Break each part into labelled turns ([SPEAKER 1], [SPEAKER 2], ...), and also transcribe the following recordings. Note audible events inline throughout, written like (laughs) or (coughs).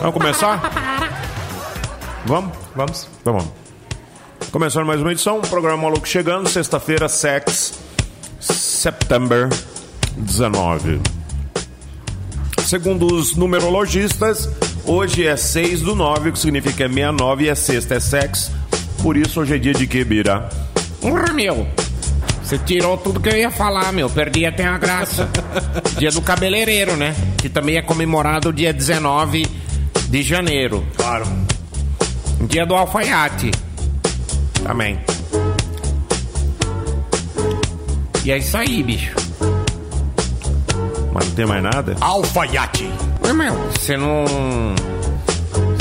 [SPEAKER 1] Vamos começar? Vamos?
[SPEAKER 2] Vamos.
[SPEAKER 1] Então vamos. Começando mais uma edição, um programa maluco chegando, sexta-feira, sex, September 19. Segundo os numerologistas, hoje é 6 do 9, o que significa que é 69 e é sexta, é sex. Por isso hoje é dia de que, Bira?
[SPEAKER 3] Porra, meu! Você tirou tudo que eu ia falar, meu. Perdi até a graça. dia do cabeleireiro, né? Que também é comemorado dia 19 de janeiro.
[SPEAKER 2] Claro.
[SPEAKER 3] Dia do alfaiate. Também. E é isso aí, bicho.
[SPEAKER 1] Mas não tem mais nada?
[SPEAKER 2] Alfaiate.
[SPEAKER 3] Mas, meu, você não.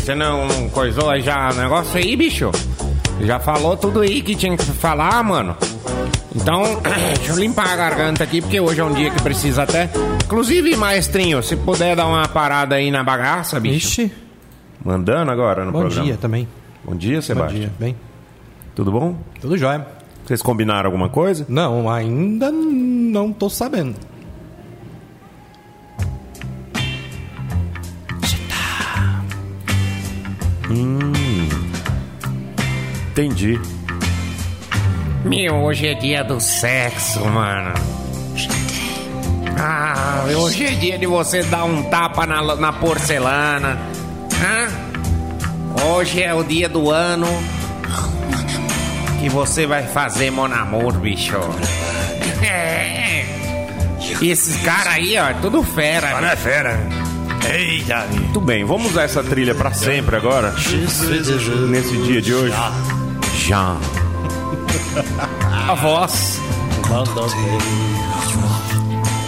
[SPEAKER 3] Você não coisou aí já o negócio aí, bicho? Já falou tudo aí que tinha que falar, mano. Então, (clears throat) deixa eu limpar a garganta aqui, porque hoje é um dia que precisa até. Inclusive, maestrinho, se puder dar uma parada aí na bagaça, bicho.
[SPEAKER 2] Ixi.
[SPEAKER 1] Mandando agora no
[SPEAKER 2] Bom
[SPEAKER 1] programa.
[SPEAKER 2] dia também.
[SPEAKER 1] Bom dia,
[SPEAKER 2] Bom
[SPEAKER 1] Sebastião.
[SPEAKER 2] dia. Bem.
[SPEAKER 1] Tudo bom?
[SPEAKER 2] Tudo jóia.
[SPEAKER 1] Vocês combinaram alguma coisa?
[SPEAKER 2] Não, ainda não tô sabendo.
[SPEAKER 1] Entendi.
[SPEAKER 3] Meu, hoje é dia do sexo, mano. Ah, hoje é dia de você dar um tapa na, la- na porcelana. Hã? Hoje é o dia do ano que você vai fazer mon amor, bicho. É. E esses caras aí, ó, é tudo fera.
[SPEAKER 4] Cara é fera. Eita, bicho.
[SPEAKER 1] Muito bem, vamos usar essa trilha pra sempre agora. Nesse dia de hoje. Já.
[SPEAKER 3] A voz.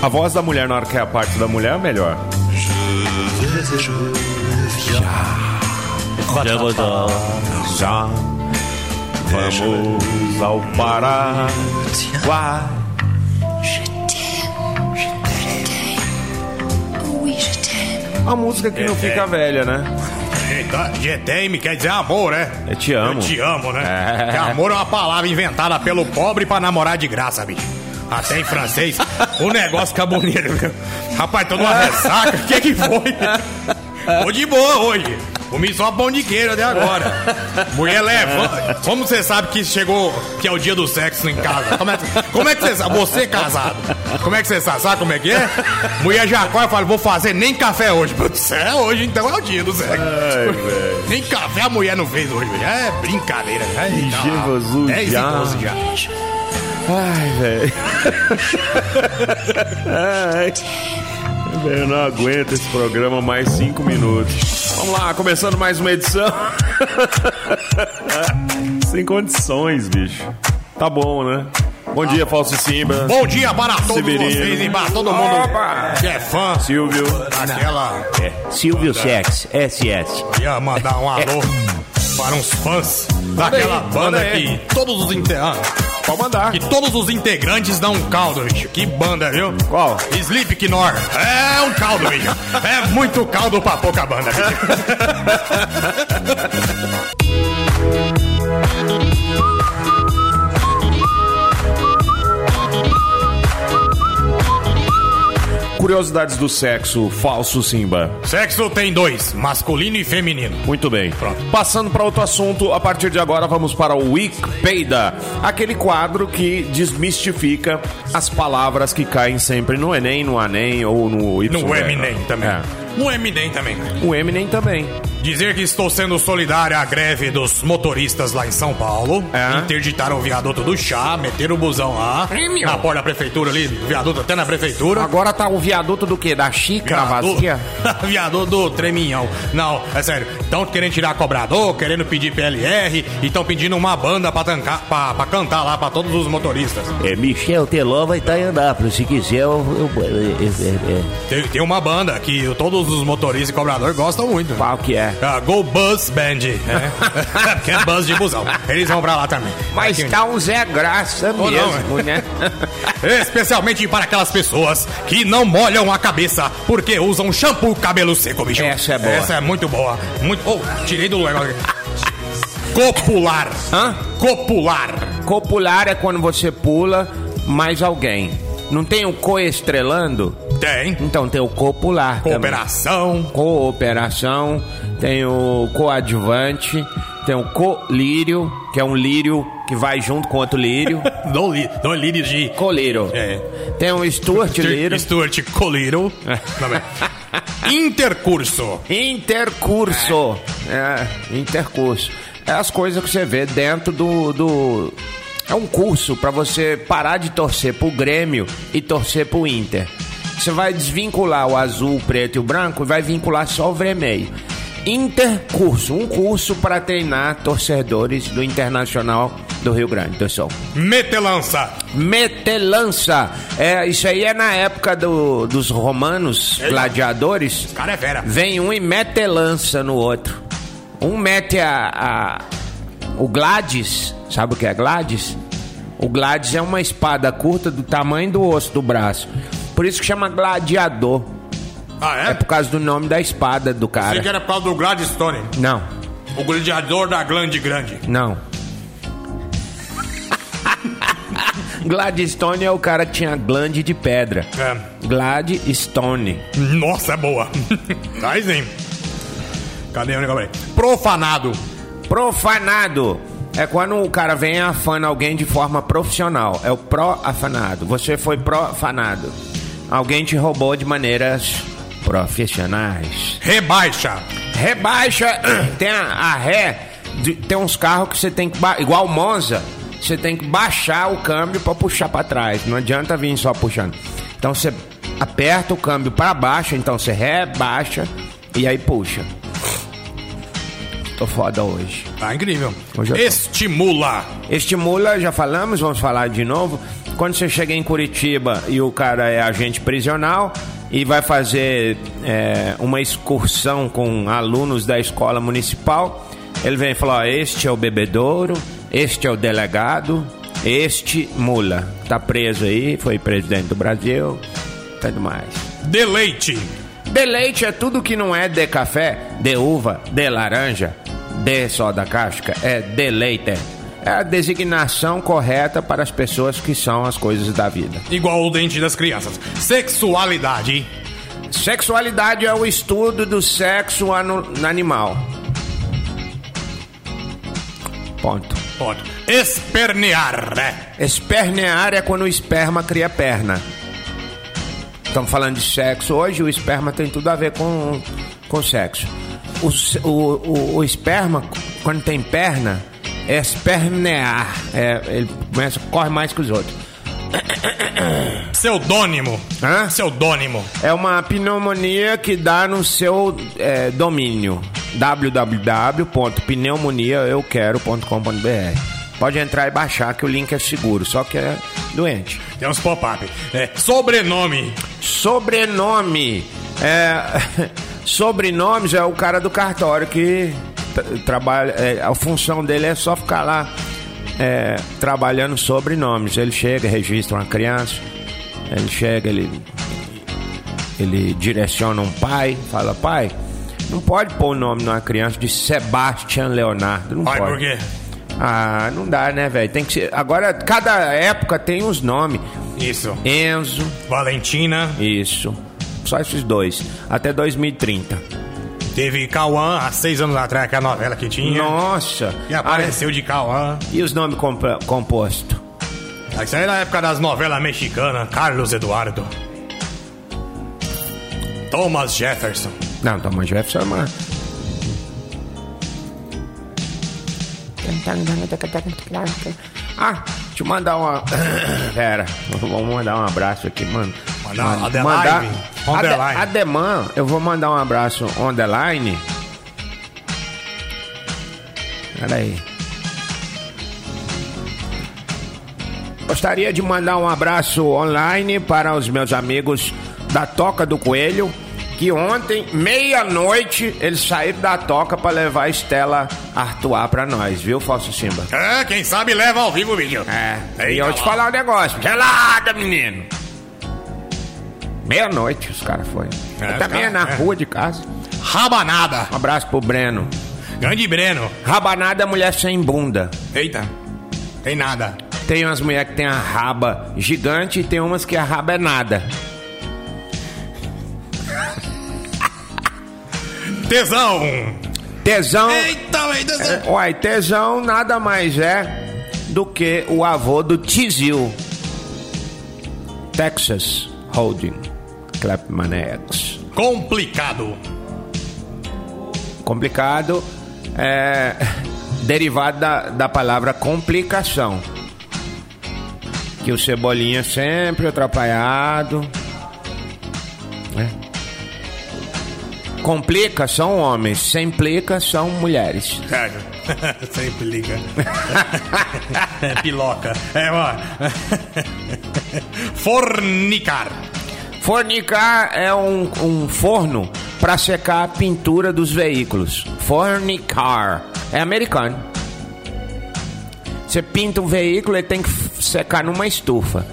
[SPEAKER 1] A voz da mulher na hora que é a parte da mulher é a melhor. Já. Vamos ao Pará. Uá.
[SPEAKER 5] Oui, je t'aime.
[SPEAKER 1] A música
[SPEAKER 4] É,
[SPEAKER 1] que não fica velha, né?
[SPEAKER 4] Eita, GTM quer dizer amor, né?
[SPEAKER 1] É Te Amo.
[SPEAKER 4] Eu te amo, né? Porque amor é uma palavra inventada pelo pobre pra namorar de graça, bicho. Até em francês, o negócio fica bonito, viu? Rapaz, tô numa ressaca, o que que foi? Tô de boa hoje. Comi só pão de queijo até agora. Mulher leva. Como você sabe que chegou, que é o dia do sexo em casa? Como é, como é que você sabe? Você casado. Como é que você sabe? Sabe como é que é? Mulher já acorda e fala, vou fazer nem café hoje. Putz, é hoje, então é o dia do sexo. Nem café a mulher não fez hoje, velho. É brincadeira, né?
[SPEAKER 1] Jesus,
[SPEAKER 4] 10
[SPEAKER 1] já.
[SPEAKER 4] e 12 já.
[SPEAKER 1] Ai, velho. Ai. Velho, eu não aguento esse programa mais cinco minutos. Vamos lá, começando mais uma edição. (laughs) Sem condições, bicho. Tá bom, né? Bom dia, Falso Simba.
[SPEAKER 4] Bom dia para todos
[SPEAKER 1] Severino.
[SPEAKER 4] vocês e para todo mundo que é fã
[SPEAKER 1] Silvio.
[SPEAKER 4] daquela.
[SPEAKER 6] Silvio Sex, SS.
[SPEAKER 4] Ia mandar um alô para uns fãs daquela
[SPEAKER 1] aí,
[SPEAKER 4] banda
[SPEAKER 1] manda aí.
[SPEAKER 4] que todos os inte- ah,
[SPEAKER 1] Pode mandar.
[SPEAKER 4] que todos os integrantes dão um caldo, bicho. Que banda, viu?
[SPEAKER 1] Qual?
[SPEAKER 4] Slipknot. É um caldo, bicho. É muito caldo pra pouca banda, bicho.
[SPEAKER 1] Curiosidades do sexo, Falso Simba.
[SPEAKER 4] Sexo tem dois, masculino e feminino.
[SPEAKER 1] Muito bem. Passando para outro assunto, a partir de agora vamos para o Wikipedia, aquele quadro que desmistifica as palavras que caem sempre no Enem, no Anem ou no Y.
[SPEAKER 4] No Eminem também.
[SPEAKER 1] É.
[SPEAKER 4] No Eminem também.
[SPEAKER 1] O Eminem também.
[SPEAKER 4] Dizer que estou sendo solidário à greve dos motoristas lá em São Paulo.
[SPEAKER 1] É.
[SPEAKER 4] Interditaram o viaduto do chá, meteram o busão lá.
[SPEAKER 3] É, meu.
[SPEAKER 4] Na porta da prefeitura ali, viaduto até na prefeitura.
[SPEAKER 3] Agora tá o viaduto do quê? Da xícara vazia?
[SPEAKER 4] (laughs) viaduto do Treminhão. Não, é sério. Estão querendo tirar cobrador, querendo pedir PLR e estão pedindo uma banda pra, tancar, pra, pra cantar lá pra todos os motoristas.
[SPEAKER 6] É, Michel Teló vai estar em Anápolis. Se quiser, eu. eu- é, é, é.
[SPEAKER 4] Tem, tem uma banda que todos os motoristas e cobrador gostam muito.
[SPEAKER 6] Qual que é?
[SPEAKER 4] Ah, Go Bus Band, né? Porque (laughs) é bus de busão. Eles vão pra lá também.
[SPEAKER 3] Mas
[SPEAKER 4] Aqui,
[SPEAKER 3] tá um Zé Graça
[SPEAKER 4] Ou não, é.
[SPEAKER 3] mesmo, né? (laughs)
[SPEAKER 4] Especialmente para aquelas pessoas que não molham a cabeça porque usam shampoo cabelo seco, bicho.
[SPEAKER 3] Essa é boa.
[SPEAKER 4] Essa é muito boa. Muito. Oh, tirei do negócio aqui. Copular.
[SPEAKER 3] Hã?
[SPEAKER 4] Copular.
[SPEAKER 3] Copular é quando você pula mais alguém. Não tem o coestrelando?
[SPEAKER 4] Tem.
[SPEAKER 3] Então tem o copular. também.
[SPEAKER 4] Cooperação.
[SPEAKER 3] cooperação, tem o coadjuvante, tem o colírio, que é um lírio que vai junto com outro
[SPEAKER 4] (laughs)
[SPEAKER 3] lírio.
[SPEAKER 4] Não li, não li de...
[SPEAKER 3] Colírio.
[SPEAKER 4] É.
[SPEAKER 3] Tem o Stuart lírio.
[SPEAKER 4] Stuart Coliro.
[SPEAKER 3] (laughs)
[SPEAKER 4] Tá bem. Intercurso.
[SPEAKER 3] Intercurso. É, intercurso. É as coisas que você vê dentro do. do... É um curso pra você parar de torcer pro Grêmio e torcer pro Inter. Você vai desvincular o azul, o preto e o branco e vai vincular só o vermelho. Intercurso, um curso pra treinar torcedores do Internacional do Rio Grande do Sul.
[SPEAKER 4] Metelança.
[SPEAKER 3] Metelança, é, isso aí é na época do- dos romanos gladiadores.
[SPEAKER 4] Cara é fera.
[SPEAKER 3] Vem um e mete lança no outro. Um mete a, a- o Gladys, sabe o que é Gladys? O Gladys é uma espada curta do tamanho do osso do braço. Por isso que chama gladiador.
[SPEAKER 4] Ah,
[SPEAKER 3] É
[SPEAKER 4] é?
[SPEAKER 3] por causa do nome da espada do
[SPEAKER 4] Você
[SPEAKER 3] cara.
[SPEAKER 4] que era por causa do Gladstone.
[SPEAKER 3] Não,
[SPEAKER 4] O gladiador da glande grande.
[SPEAKER 3] não. (laughs) Gladstone é o cara que tinha glande de pedra.
[SPEAKER 4] É.
[SPEAKER 3] Gladstone.
[SPEAKER 4] Nossa,
[SPEAKER 3] (laughs)
[SPEAKER 4] é boa. Aí sim. Cadê o negócio aí? Profanado.
[SPEAKER 3] Profanado é quando o cara vem e afana alguém de forma profissional. É o pró-afanado. Você foi profanado. Alguém te roubou de maneiras profissionais.
[SPEAKER 4] Rebaixa.
[SPEAKER 3] Rebaixa, (clears throat) tem a, a ré, de- tem uns carros que você tem que. ba- Igual Monza, você tem que baixar o câmbio pra puxar pra trás. Não adianta vir só puxando. Então você aperta o câmbio pra baixo, então você rebaixa e aí puxa. Tô foda hoje.
[SPEAKER 4] Tá incrível.
[SPEAKER 3] Hoje é eu tô.
[SPEAKER 4] Estimula.
[SPEAKER 3] Estimula, já falamos, vamos falar de novo. Quando você chega em Curitiba e o cara é agente prisional e vai fazer é, uma excursão com alunos da escola municipal, ele vem e fala: ó, Este é o bebedouro, este é o delegado, este mula. Tá preso aí, foi presidente do Brasil, tudo mais.
[SPEAKER 4] Deleite.
[SPEAKER 3] De leite é tudo que não é de café, de uva, de laranja, de soda casca, é de leite. É a designação correta para as pessoas que são as coisas da vida.
[SPEAKER 4] Igual o dente das crianças. Sexualidade.
[SPEAKER 3] Sexualidade é o estudo do sexo anu- animal. Ponto.
[SPEAKER 4] Pode. Espernear. né?
[SPEAKER 3] Espernear é quando o esperma cria perna. Estamos falando de sexo hoje, o esperma tem tudo a ver com, com sexo. O, se- o, o, o esperma, quando tem perna, é espernear. É, ele começa, corre mais que os outros.
[SPEAKER 4] Pseudônimo.
[SPEAKER 3] Hã?
[SPEAKER 4] Pseudônimo.
[SPEAKER 3] É uma pneumonia que dá no seu é, domínio. www.pneumoniaeuquero.com.br Pode entrar e baixar que o link é seguro, só que é doente.
[SPEAKER 4] Tem uns pop-up. É. Sobrenome.
[SPEAKER 3] Sobrenome. É, (laughs) sobrenomes é o cara do cartório que tra- trabalha. é, a função dele é só ficar lá é, trabalhando sobrenomes. Ele chega, registra uma criança, ele chega, ele, ele direciona um pai, fala, pai. Não pode pôr o nome numa criança de Sebastian Leonardo. Não
[SPEAKER 4] Ai,
[SPEAKER 3] pode.
[SPEAKER 4] por quê?
[SPEAKER 3] Ah, não dá, né, velho? Tem que ser. Agora, cada época tem uns nomes.
[SPEAKER 4] Isso.
[SPEAKER 3] Enzo,
[SPEAKER 4] Valentina.
[SPEAKER 3] isso. Só esses dois. Até 2030.
[SPEAKER 4] Teve Cauã há seis anos atrás, aquela novela que tinha.
[SPEAKER 3] Nossa!
[SPEAKER 4] E apareceu de Cauã.
[SPEAKER 3] Ah, e os nomes comp- compostos?
[SPEAKER 4] Isso aí na época das novelas mexicanas. Carlos Eduardo. Thomas Jefferson.
[SPEAKER 3] Não, Thomas Jefferson é uma. Ah, deixa eu mandar uma. (coughs) Pera, vamos mandar um abraço aqui, mano.
[SPEAKER 4] Mandar
[SPEAKER 3] Mano,
[SPEAKER 4] on the line, on
[SPEAKER 3] Ade-
[SPEAKER 4] the line.
[SPEAKER 3] Ademã, eu vou mandar um abraço on the line. Pera aí. Gostaria de mandar um abraço online para os meus amigos da Toca do Coelho, que ontem, meia-noite, eles saíram da toca para levar a Estela Artois para nós, viu, Falso Simba?
[SPEAKER 4] É, quem sabe leva ao vivo o vídeo.
[SPEAKER 3] É, e eu te falar um negócio. Gelada, menino! Meia-noite os caras foram.
[SPEAKER 4] É,
[SPEAKER 3] Eu também é
[SPEAKER 4] cara,
[SPEAKER 3] na
[SPEAKER 4] é.
[SPEAKER 3] rua de casa.
[SPEAKER 4] Rabanada.
[SPEAKER 3] Um abraço pro Breno.
[SPEAKER 4] Grande Breno.
[SPEAKER 3] Rabanada é mulher sem bunda.
[SPEAKER 4] Eita. Tem nada.
[SPEAKER 3] Tem umas mulheres que tem a raba gigante e tem umas que a raba é nada.
[SPEAKER 4] Tesão!
[SPEAKER 3] Tesão. É,
[SPEAKER 4] Eita, velho, tesão!
[SPEAKER 3] Uai, tesão nada mais é do que o avô do Tizil. Texas Holding. Clapman X.
[SPEAKER 4] Complicado.
[SPEAKER 3] Complicado. É. (laughs) Derivado da, da palavra complicação. Que o Cebolinha é sempre atrapalhado. né? Complica são homens, sem plica são mulheres.
[SPEAKER 4] Cara, (laughs) sempre
[SPEAKER 3] (laughs)
[SPEAKER 4] liga. é piloca. É, ó. (laughs) Fornicar.
[SPEAKER 3] Fornicar é um, um forno para secar a pintura dos veículos. Fornicar é americano. Você pinta um veículo e tem que f- secar numa estufa,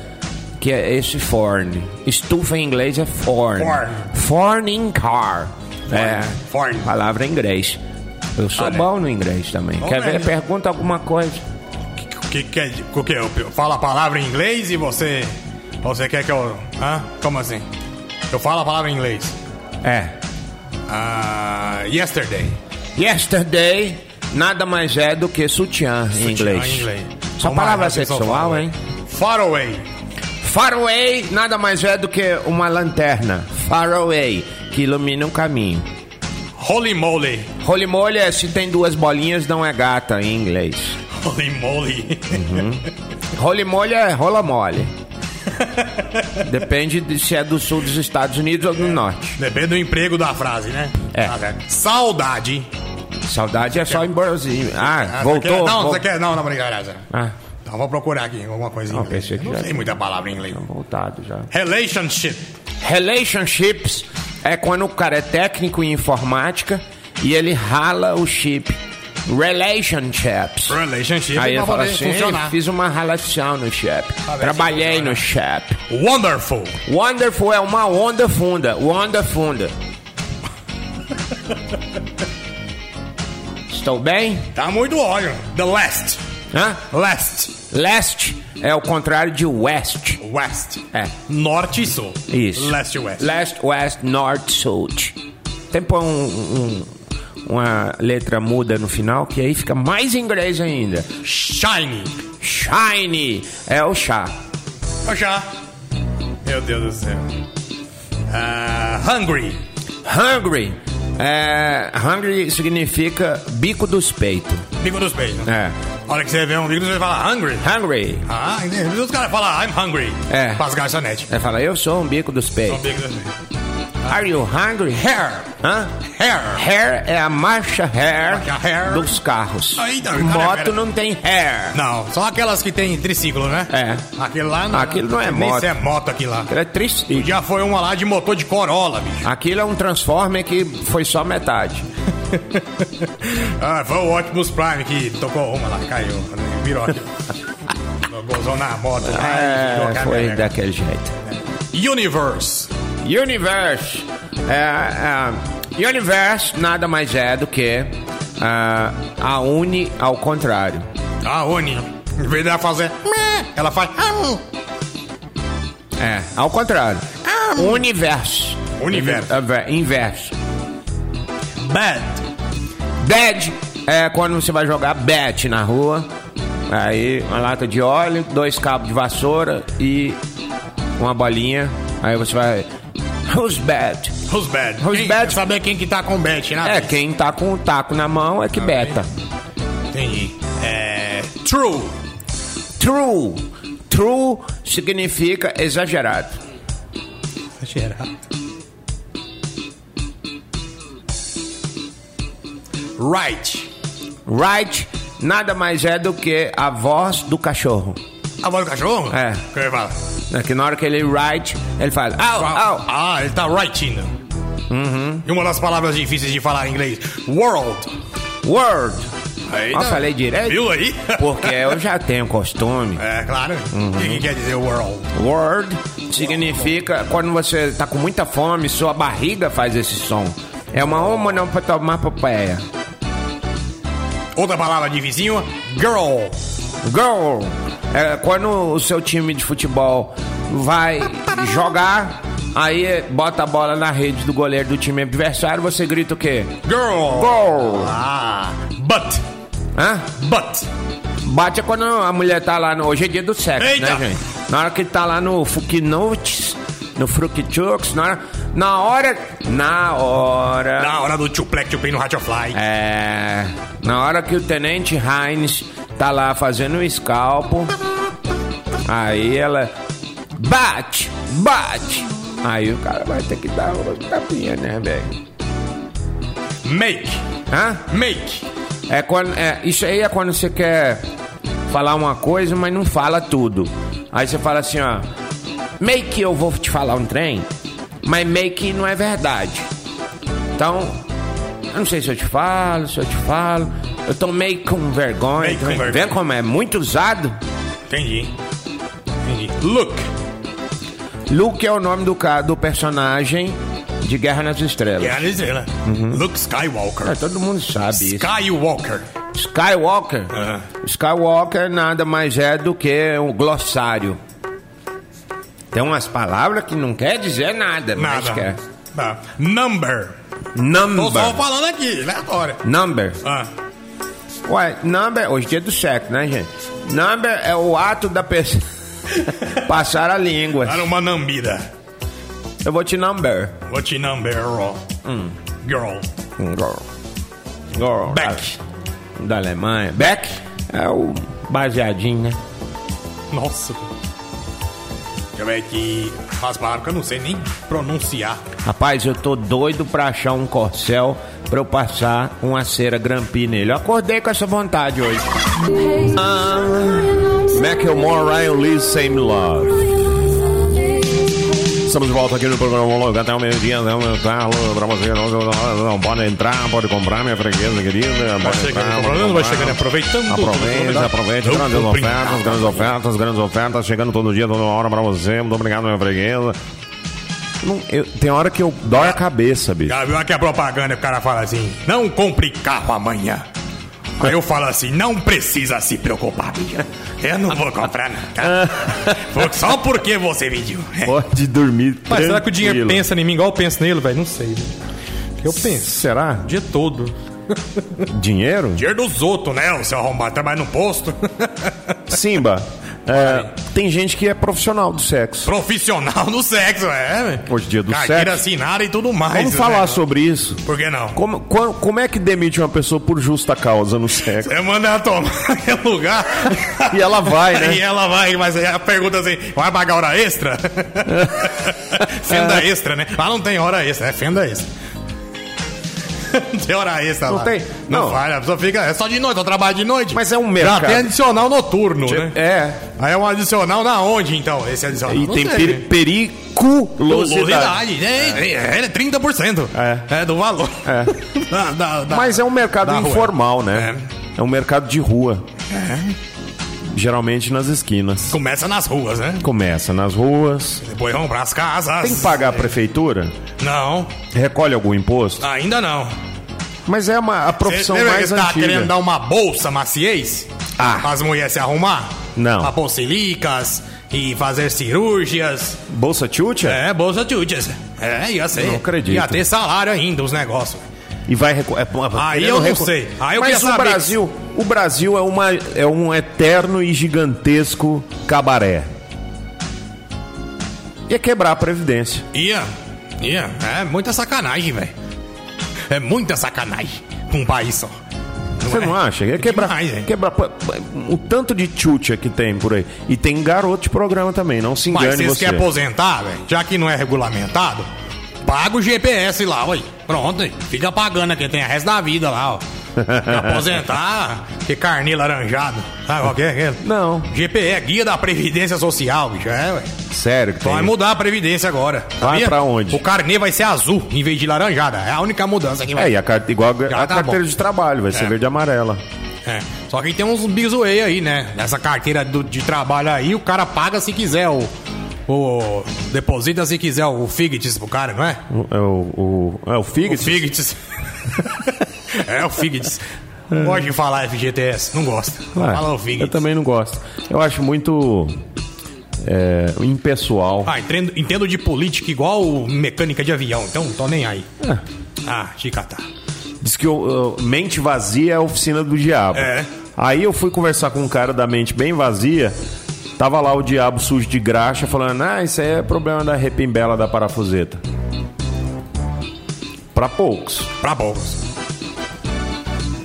[SPEAKER 3] que é esse forno. Estufa em inglês é forn.
[SPEAKER 4] Forn.
[SPEAKER 3] Fornicar. É,
[SPEAKER 4] forn.
[SPEAKER 3] palavra em inglês. Eu sou
[SPEAKER 4] Ah, né?
[SPEAKER 3] bom no inglês também.
[SPEAKER 4] Bom
[SPEAKER 3] Quer ver?
[SPEAKER 4] mesmo.
[SPEAKER 3] Pergunta alguma coisa.
[SPEAKER 4] O que, que, é de- o que é? Eu falo a palavra em inglês e você. Você quer que eu. Hã? Como assim? Eu falo a palavra em inglês.
[SPEAKER 3] É.
[SPEAKER 4] Ah. yesterday.
[SPEAKER 3] Yesterday nada mais é do que sutiã, em
[SPEAKER 4] Ah, em
[SPEAKER 3] inglês.
[SPEAKER 4] inglês.
[SPEAKER 3] Só
[SPEAKER 4] Vamos lá,
[SPEAKER 3] palavra é
[SPEAKER 4] atenção,
[SPEAKER 3] sexual,
[SPEAKER 4] far
[SPEAKER 3] hein?
[SPEAKER 4] away. Far away.
[SPEAKER 3] Faraway nada mais é do que uma lanterna. Faraway, que ilumina um caminho.
[SPEAKER 4] Holy moly. (laughs)
[SPEAKER 3] Holy moly é se tem duas bolinhas, não é gata em inglês.
[SPEAKER 4] Holy
[SPEAKER 3] (laughs)
[SPEAKER 4] moly.
[SPEAKER 3] Holy moly é rola
[SPEAKER 4] (laughs)
[SPEAKER 3] mole. Depende de se é do sul dos Estados Unidos ou do norte.
[SPEAKER 4] Depende do emprego da frase, né?
[SPEAKER 3] É.
[SPEAKER 4] Ah, velho. Saudade.
[SPEAKER 3] Saudade é só em Brasil.
[SPEAKER 4] Ah,
[SPEAKER 3] Ah,
[SPEAKER 4] você
[SPEAKER 3] voltou.
[SPEAKER 4] quer- Não,
[SPEAKER 3] vol-
[SPEAKER 4] você quer? Não, não, brincadeira.
[SPEAKER 3] Ah,
[SPEAKER 4] Então vou procurar aqui alguma coisa em
[SPEAKER 3] Não,
[SPEAKER 4] inglês.
[SPEAKER 3] pensei que já
[SPEAKER 4] Eu Não sei
[SPEAKER 3] tinha.
[SPEAKER 4] muita palavra em inglês.
[SPEAKER 3] voltado já.
[SPEAKER 4] Relationship.
[SPEAKER 3] Relationships é quando o cara é técnico em informática e ele rala o chip. Relationships.
[SPEAKER 4] Relationship
[SPEAKER 3] Aí
[SPEAKER 4] pra
[SPEAKER 3] ele fala
[SPEAKER 4] poder
[SPEAKER 3] assim, "Ei,
[SPEAKER 4] funcionar. Tá
[SPEAKER 3] fiz uma relação no chip. Trabalhei no chip.
[SPEAKER 4] Wonderful.
[SPEAKER 3] Wonderful é uma onda funda. Onda
[SPEAKER 4] (laughs)
[SPEAKER 3] funda. Estou bem?
[SPEAKER 4] Tá muito óleo. The last.
[SPEAKER 3] Hã?
[SPEAKER 4] Last.
[SPEAKER 3] Leste é o contrário de west.
[SPEAKER 4] West.
[SPEAKER 3] É.
[SPEAKER 4] Norte e sul.
[SPEAKER 3] Isso.
[SPEAKER 4] Leste e west.
[SPEAKER 3] Leste, west, norte, south. Tem que pôr um, um- uma letra muda no final, que aí fica mais inglês ainda.
[SPEAKER 4] Shiny.
[SPEAKER 3] Shiny é o chá.
[SPEAKER 4] Já. Meu Deus do céu. Ah, hungry.
[SPEAKER 3] Hungry. É, hungry significa bico dos peitos.
[SPEAKER 4] Bico dos peitos.
[SPEAKER 3] É.
[SPEAKER 4] A hora que você vê um bico dos peitos, fala hungry.
[SPEAKER 3] Hungry.
[SPEAKER 4] Ah, entendi. Os caras falam I'm hungry.
[SPEAKER 3] É.
[SPEAKER 4] Pras garçonetes.
[SPEAKER 3] Ela fala, eu sou um bico dos
[SPEAKER 4] São
[SPEAKER 3] peitos.
[SPEAKER 4] bico dos peitos.
[SPEAKER 3] Are you hungry?
[SPEAKER 4] Hair.
[SPEAKER 3] Hã?
[SPEAKER 4] Hair.
[SPEAKER 3] Hair é a marcha hair,
[SPEAKER 4] Marcha hair.
[SPEAKER 3] dos carros.
[SPEAKER 4] Aí, então, cara,
[SPEAKER 3] Moto
[SPEAKER 4] pera.
[SPEAKER 3] não tem hair.
[SPEAKER 4] Não, só aquelas que tem triciclo, né?
[SPEAKER 3] É.
[SPEAKER 4] Aquilo lá não.
[SPEAKER 3] Aquilo não é
[SPEAKER 4] nem
[SPEAKER 3] moto.
[SPEAKER 4] se é moto aquilo lá.
[SPEAKER 3] Ela é triste.
[SPEAKER 4] Já foi uma lá de motor de Corolla, bicho.
[SPEAKER 3] Aquilo é um Transformer que foi só metade.
[SPEAKER 4] Ah, foi o Optimus Prime que tocou uma lá, caiu. Virou aqui. Gozou na moto. né? Virou a
[SPEAKER 3] É, foi
[SPEAKER 4] caminhonete.
[SPEAKER 3] daquele jeito.
[SPEAKER 4] Universe.
[SPEAKER 3] Universe. É, é, universe nada mais é do que ah, a Uni ao contrário.
[SPEAKER 4] A Uni. Em vez dela fazer. "Mé", Ela faz. "Hum, "Am".
[SPEAKER 3] É, ao contrário. Ah. Universo.
[SPEAKER 4] Universo.
[SPEAKER 3] Inver- Inverso.
[SPEAKER 4] Bad.
[SPEAKER 3] Bad é quando você vai jogar bet na rua. Aí uma lata de óleo, dois cabos de vassoura e uma bolinha. Aí você vai. Who's bad?
[SPEAKER 4] Who's bad?
[SPEAKER 3] Who's
[SPEAKER 4] Quem-
[SPEAKER 3] bad?
[SPEAKER 4] Saber quem que tá com bad, né?
[SPEAKER 3] É, quem tá com o taco na mão
[SPEAKER 4] Ah,
[SPEAKER 3] é que beta.
[SPEAKER 4] Entendi. É. True.
[SPEAKER 3] True. True significa exagerado.
[SPEAKER 4] Gerado. Right.
[SPEAKER 3] Right nada mais é do que a voz do cachorro.
[SPEAKER 4] A voz do cachorro?
[SPEAKER 3] É.
[SPEAKER 4] Que ele fala?
[SPEAKER 3] É Que na hora que ele right, ele fala. Uhum. Au, au.
[SPEAKER 4] Ah, ele tá writing. E uma das palavras difíceis de falar em inglês: world.
[SPEAKER 3] Word.
[SPEAKER 4] Aí
[SPEAKER 3] Eu
[SPEAKER 4] tá.
[SPEAKER 3] falei direito. (laughs)
[SPEAKER 4] Viu aí?
[SPEAKER 3] Porque eu já tenho costume.
[SPEAKER 4] É, claro.
[SPEAKER 3] Uhum.
[SPEAKER 4] O que, que quer dizer world?
[SPEAKER 3] Word significa quando você tá com muita fome, sua barriga faz esse som. É uma homonomatopopeia.
[SPEAKER 4] Outra palavra de vizinho: girl.
[SPEAKER 3] Girl é quando o seu time de futebol vai jogar Aí eh, bota a bola na rede do goleiro do time adversário, você grita o quê?
[SPEAKER 4] Girl.
[SPEAKER 3] Gol!
[SPEAKER 4] Ah, but,
[SPEAKER 3] Hã?
[SPEAKER 4] but.
[SPEAKER 3] Bate é quando a mulher tá lá no. Hoje é dia do sexo,
[SPEAKER 4] Eita!
[SPEAKER 3] né, gente? Na hora que tá lá no Fuquinutes, no Fruquitux, na hora. Na hora. Na hora.
[SPEAKER 4] Na hora do tchuplec tchupim no Radiofly.
[SPEAKER 3] É. Na hora que o tenente Heinz tá lá fazendo o escalpo. Aí ela. Bate! Bate! Aí o cara vai ter que dar uma tapinha, né, velho?
[SPEAKER 4] Make,
[SPEAKER 3] Hã?
[SPEAKER 4] make.
[SPEAKER 3] É quando, é, isso aí é quando você quer falar uma coisa, mas não fala tudo. Aí você fala assim, ó. Meio que eu vou te falar um trem, mas meio que não é verdade. Então, eu não sei se eu te falo, se eu te falo. Eu tô meio com vergonha.
[SPEAKER 4] Meio com
[SPEAKER 3] também.
[SPEAKER 4] vergonha.
[SPEAKER 3] Vê como é muito usado?
[SPEAKER 4] Entendi. Entendi. Look,
[SPEAKER 3] Luke é o nome do, ca- do personagem de Guerra nas Estrelas.
[SPEAKER 4] que é a Lizela. Luke
[SPEAKER 3] Uhum. É,
[SPEAKER 4] Skywalker.
[SPEAKER 3] todo mundo sabe isso.
[SPEAKER 4] Skywalker.
[SPEAKER 3] Skywalker.
[SPEAKER 4] Aham.
[SPEAKER 3] Skywalker nada mais é do que um glossário. Tem umas palavras que não quer dizer nada, mas
[SPEAKER 4] Nada.
[SPEAKER 3] quer.
[SPEAKER 4] Tá. Number.
[SPEAKER 3] é.
[SPEAKER 4] Tô só
[SPEAKER 3] Number.
[SPEAKER 4] falando aqui, aleatório.
[SPEAKER 3] Number.
[SPEAKER 4] Ah,
[SPEAKER 3] Ué, number, hoje é dia do sexo, né, gente? Number é o ato da pessoa (laughs) passar a língua.
[SPEAKER 4] era uma nambida.
[SPEAKER 3] Eu vou te number.
[SPEAKER 4] Vou te number, ó.
[SPEAKER 3] Hum.
[SPEAKER 4] Girl.
[SPEAKER 3] Girl. Girl.
[SPEAKER 4] Back.
[SPEAKER 3] Da, da Alemanha. Beck é o baseadinho, né?
[SPEAKER 4] Nossa. Deixa eu ver aqui. Raspar, que eu não sei nem pronunciar.
[SPEAKER 3] Rapaz, eu tô doido pra achar um corcel pra eu passar uma cera grampi nele. Eu acordei com essa vontade hoje.
[SPEAKER 1] Macklemore, Ryan Lee, Same Love. Estamos de volta aqui no programa Logo até o meio-dia. Não, eu falo pra você, não, não, não, pode entrar, pode comprar, minha freguesa querida. Vai
[SPEAKER 4] chegando, comprando, tá vai chegando, aproveitando tudo, tudo,
[SPEAKER 1] Aproveita,
[SPEAKER 4] tudo.
[SPEAKER 1] aproveita.
[SPEAKER 4] Eu
[SPEAKER 1] Grandes
[SPEAKER 4] tô
[SPEAKER 1] ofertas,
[SPEAKER 4] brincando.
[SPEAKER 1] grandes ofertas, grandes ofertas. Chegando todo dia, toda hora pra você. Muito obrigado, minha freguesa. Não, eu- tem hora que eu dói a cabeça, bicho.
[SPEAKER 4] Já viu aqui a propaganda o cara fala assim: não compre carro amanhã. Aí eu falo assim: não precisa se preocupar, bicho. Eu não vou
[SPEAKER 1] (laughs)
[SPEAKER 4] comprar nada. Foi Só porque você né? pediu.
[SPEAKER 1] Pode dormir.
[SPEAKER 5] Mas será que o dinheiro
[SPEAKER 1] tranquilo.
[SPEAKER 5] pensa em mim igual eu penso nele, velho? Não sei. velho. Eu penso
[SPEAKER 1] Será?
[SPEAKER 5] o dia todo.
[SPEAKER 1] Dinheiro?
[SPEAKER 4] Dinheiro dos outros, né? O seu arrombado trabalha no posto. (laughs)
[SPEAKER 1] Simba, é, tem gente que é profissional do sexo.
[SPEAKER 4] Profissional no sexo, é, velho.
[SPEAKER 1] Hoje dia do
[SPEAKER 4] Carteira
[SPEAKER 1] sexo.
[SPEAKER 4] assinada e tudo mais.
[SPEAKER 1] Vamos
[SPEAKER 4] né?
[SPEAKER 1] falar sobre isso.
[SPEAKER 4] Por que não?
[SPEAKER 1] Como, qua- como é que demite uma pessoa por justa causa no
[SPEAKER 4] (laughs)
[SPEAKER 1] sexo?
[SPEAKER 4] Eu mando É, ela tomar aquele lugar.
[SPEAKER 1] (laughs) E ela vai,
[SPEAKER 4] (laughs) E
[SPEAKER 1] né?
[SPEAKER 4] ela vai, mas ela pergunta assim: vai pagar hora extra? (laughs) fenda
[SPEAKER 1] É.
[SPEAKER 4] extra, né? Lá não tem hora extra, é fenda extra. (laughs) Não tem hora extra
[SPEAKER 1] Não
[SPEAKER 4] lá.
[SPEAKER 1] tem?
[SPEAKER 4] Não,
[SPEAKER 1] Não.
[SPEAKER 4] vai, a pessoa fica. É só de noite, eu trabalho de noite.
[SPEAKER 1] Mas é um
[SPEAKER 4] Já
[SPEAKER 1] mercado.
[SPEAKER 4] tem adicional noturno, né?
[SPEAKER 1] É.
[SPEAKER 4] Aí é um adicional na onde, então, esse adicional?
[SPEAKER 1] E
[SPEAKER 4] Não
[SPEAKER 1] tem
[SPEAKER 4] sei.
[SPEAKER 1] peri periculosidade.
[SPEAKER 4] Velocidade, é, é, é 30%. É. do valor. É. Da, da- da-
[SPEAKER 1] Mas é um mercado
[SPEAKER 4] da rua.
[SPEAKER 1] informal, né? É. um mercado de rua.
[SPEAKER 3] É.
[SPEAKER 1] Geralmente nas esquinas.
[SPEAKER 4] Começa nas ruas, né?
[SPEAKER 1] Começa nas ruas.
[SPEAKER 4] Depois vão pras casas.
[SPEAKER 1] Tem que pagar a prefeitura?
[SPEAKER 4] Não,
[SPEAKER 1] Recolhe algum imposto?
[SPEAKER 4] ainda não.
[SPEAKER 1] Mas é uma, a
[SPEAKER 4] Você
[SPEAKER 1] profissão
[SPEAKER 4] lembra que
[SPEAKER 1] mais
[SPEAKER 4] você tava querendo
[SPEAKER 1] antiga.
[SPEAKER 4] dar uma bolsa maciez?
[SPEAKER 1] Ah.
[SPEAKER 4] As mulheres se arrumar?
[SPEAKER 1] Não.
[SPEAKER 4] Pra pôr silicas e fazer cirurgias.
[SPEAKER 1] Bolsa Tchutcha?
[SPEAKER 4] É, bolsa de úteis. É, ia ser.
[SPEAKER 1] Não acredito.
[SPEAKER 4] Ia ter salário ainda, os negócios.
[SPEAKER 1] E vai recu... é,
[SPEAKER 4] Aí eu não sei. Aí eu
[SPEAKER 1] Mas
[SPEAKER 4] queria
[SPEAKER 1] o
[SPEAKER 4] saber-
[SPEAKER 1] Brasil, o Brasil é, uma, é um eterno e gigantesco cabaré. Ia quebrar a Previdência.
[SPEAKER 4] Ia, ia. É muita sacanagem, velho. É muita sacanagem pra um país só.
[SPEAKER 1] Você não acha? Ia quebrar.
[SPEAKER 4] é. Demais, hein?
[SPEAKER 1] quebrar pa- pa- o tanto de tchutcha que tem por aí. E tem garoto de programa também, não se
[SPEAKER 4] Mas
[SPEAKER 1] engane
[SPEAKER 4] vocês
[SPEAKER 1] você.
[SPEAKER 4] querem aposentar, é velho? Já que não é regulamentado, paga o GPS lá, ué. Pronto, aí. fica pagando aqui, tem a resto da vida lá, ó. Quer
[SPEAKER 1] (laughs)
[SPEAKER 4] aposentar, que carne laranjado. Sabe qual que é aquele?
[SPEAKER 1] Não.
[SPEAKER 4] GPE, é Guia da Previdência Social, bicho. É, ué.
[SPEAKER 1] Sério que
[SPEAKER 4] Então vai
[SPEAKER 1] tem.
[SPEAKER 4] mudar a Previdência agora. sabia?
[SPEAKER 1] pra onde?
[SPEAKER 4] O carnê vai ser azul em vez de laranjada. É a única mudança que vai
[SPEAKER 1] É, e a carta, igual a,
[SPEAKER 4] Já
[SPEAKER 1] a
[SPEAKER 4] tá
[SPEAKER 1] carteira
[SPEAKER 4] bom.
[SPEAKER 1] de trabalho, vai ser
[SPEAKER 4] É.
[SPEAKER 1] verde e amarela.
[SPEAKER 4] É. Só que tem uns bizuei aí, né? Nessa carteira do- de trabalho aí, o cara paga se quiser o. o deposita se quiser o Figits pro cara, não é?
[SPEAKER 1] O, é o, o, é o
[SPEAKER 4] O
[SPEAKER 1] Figueiredo?
[SPEAKER 4] Figits. (laughs) é, o Figits. Não gosto de falar FGTS, não gosto.
[SPEAKER 1] Ah,
[SPEAKER 4] Fala o
[SPEAKER 1] eu
[SPEAKER 4] Figits.
[SPEAKER 1] também não gosto. Eu acho muito. é, impessoal.
[SPEAKER 4] Ah, entendo, entendo de política igual mecânica de avião, então não tô nem aí.
[SPEAKER 1] É.
[SPEAKER 4] Ah, chicatá.
[SPEAKER 1] Diz que uh, mente vazia é a oficina do diabo.
[SPEAKER 4] É.
[SPEAKER 1] Aí eu fui conversar com um cara da mente bem vazia. Tava lá o diabo sujo de graxa falando: Ah, isso aí é problema da repimbela da parafuseta. Pra poucos.
[SPEAKER 4] Pra poucos.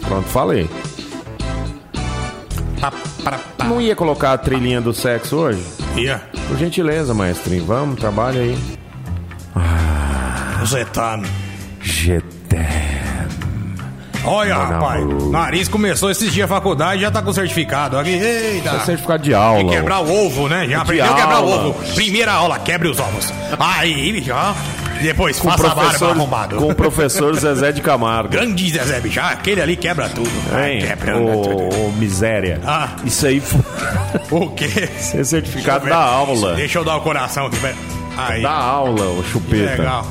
[SPEAKER 1] Pronto, falei.
[SPEAKER 4] Pra, pra, pra.
[SPEAKER 1] Não ia colocar a trilhinha do sexo hoje?
[SPEAKER 4] Ia.
[SPEAKER 1] Por gentileza, maestrinho. Vamos, trabalha aí.
[SPEAKER 4] Zetano.
[SPEAKER 1] GT.
[SPEAKER 4] Olha,
[SPEAKER 1] Mano,
[SPEAKER 4] rapaz.
[SPEAKER 1] amor.
[SPEAKER 4] Nariz começou esses dias a faculdade já tá com certificado. Olha, Eita.
[SPEAKER 1] Certificado de
[SPEAKER 4] Tem
[SPEAKER 1] aula.
[SPEAKER 4] que quebrar o ovo, né? Já aprendeu a
[SPEAKER 1] aula.
[SPEAKER 4] quebrar o ovo. Primeira aula, quebre os ovos. Aí, bicho, ó. Depois,
[SPEAKER 1] com o
[SPEAKER 4] faça a barba
[SPEAKER 1] professor,
[SPEAKER 4] arrombado.
[SPEAKER 1] com o professor Zezé de Camargo.
[SPEAKER 4] (laughs) Grande Zezé, bicho. Ah, Aquele ali quebra tudo.
[SPEAKER 1] Hein?
[SPEAKER 4] Ah, Quebra tudo.
[SPEAKER 1] Ô, ô, miséria.
[SPEAKER 4] Ah.
[SPEAKER 1] Isso aí foi (laughs)
[SPEAKER 4] O quê?
[SPEAKER 1] é certificado da aula.
[SPEAKER 4] Deixa eu dar o coração aqui. pera. Aí.
[SPEAKER 1] Da aula, ô chupeta.
[SPEAKER 4] Legal.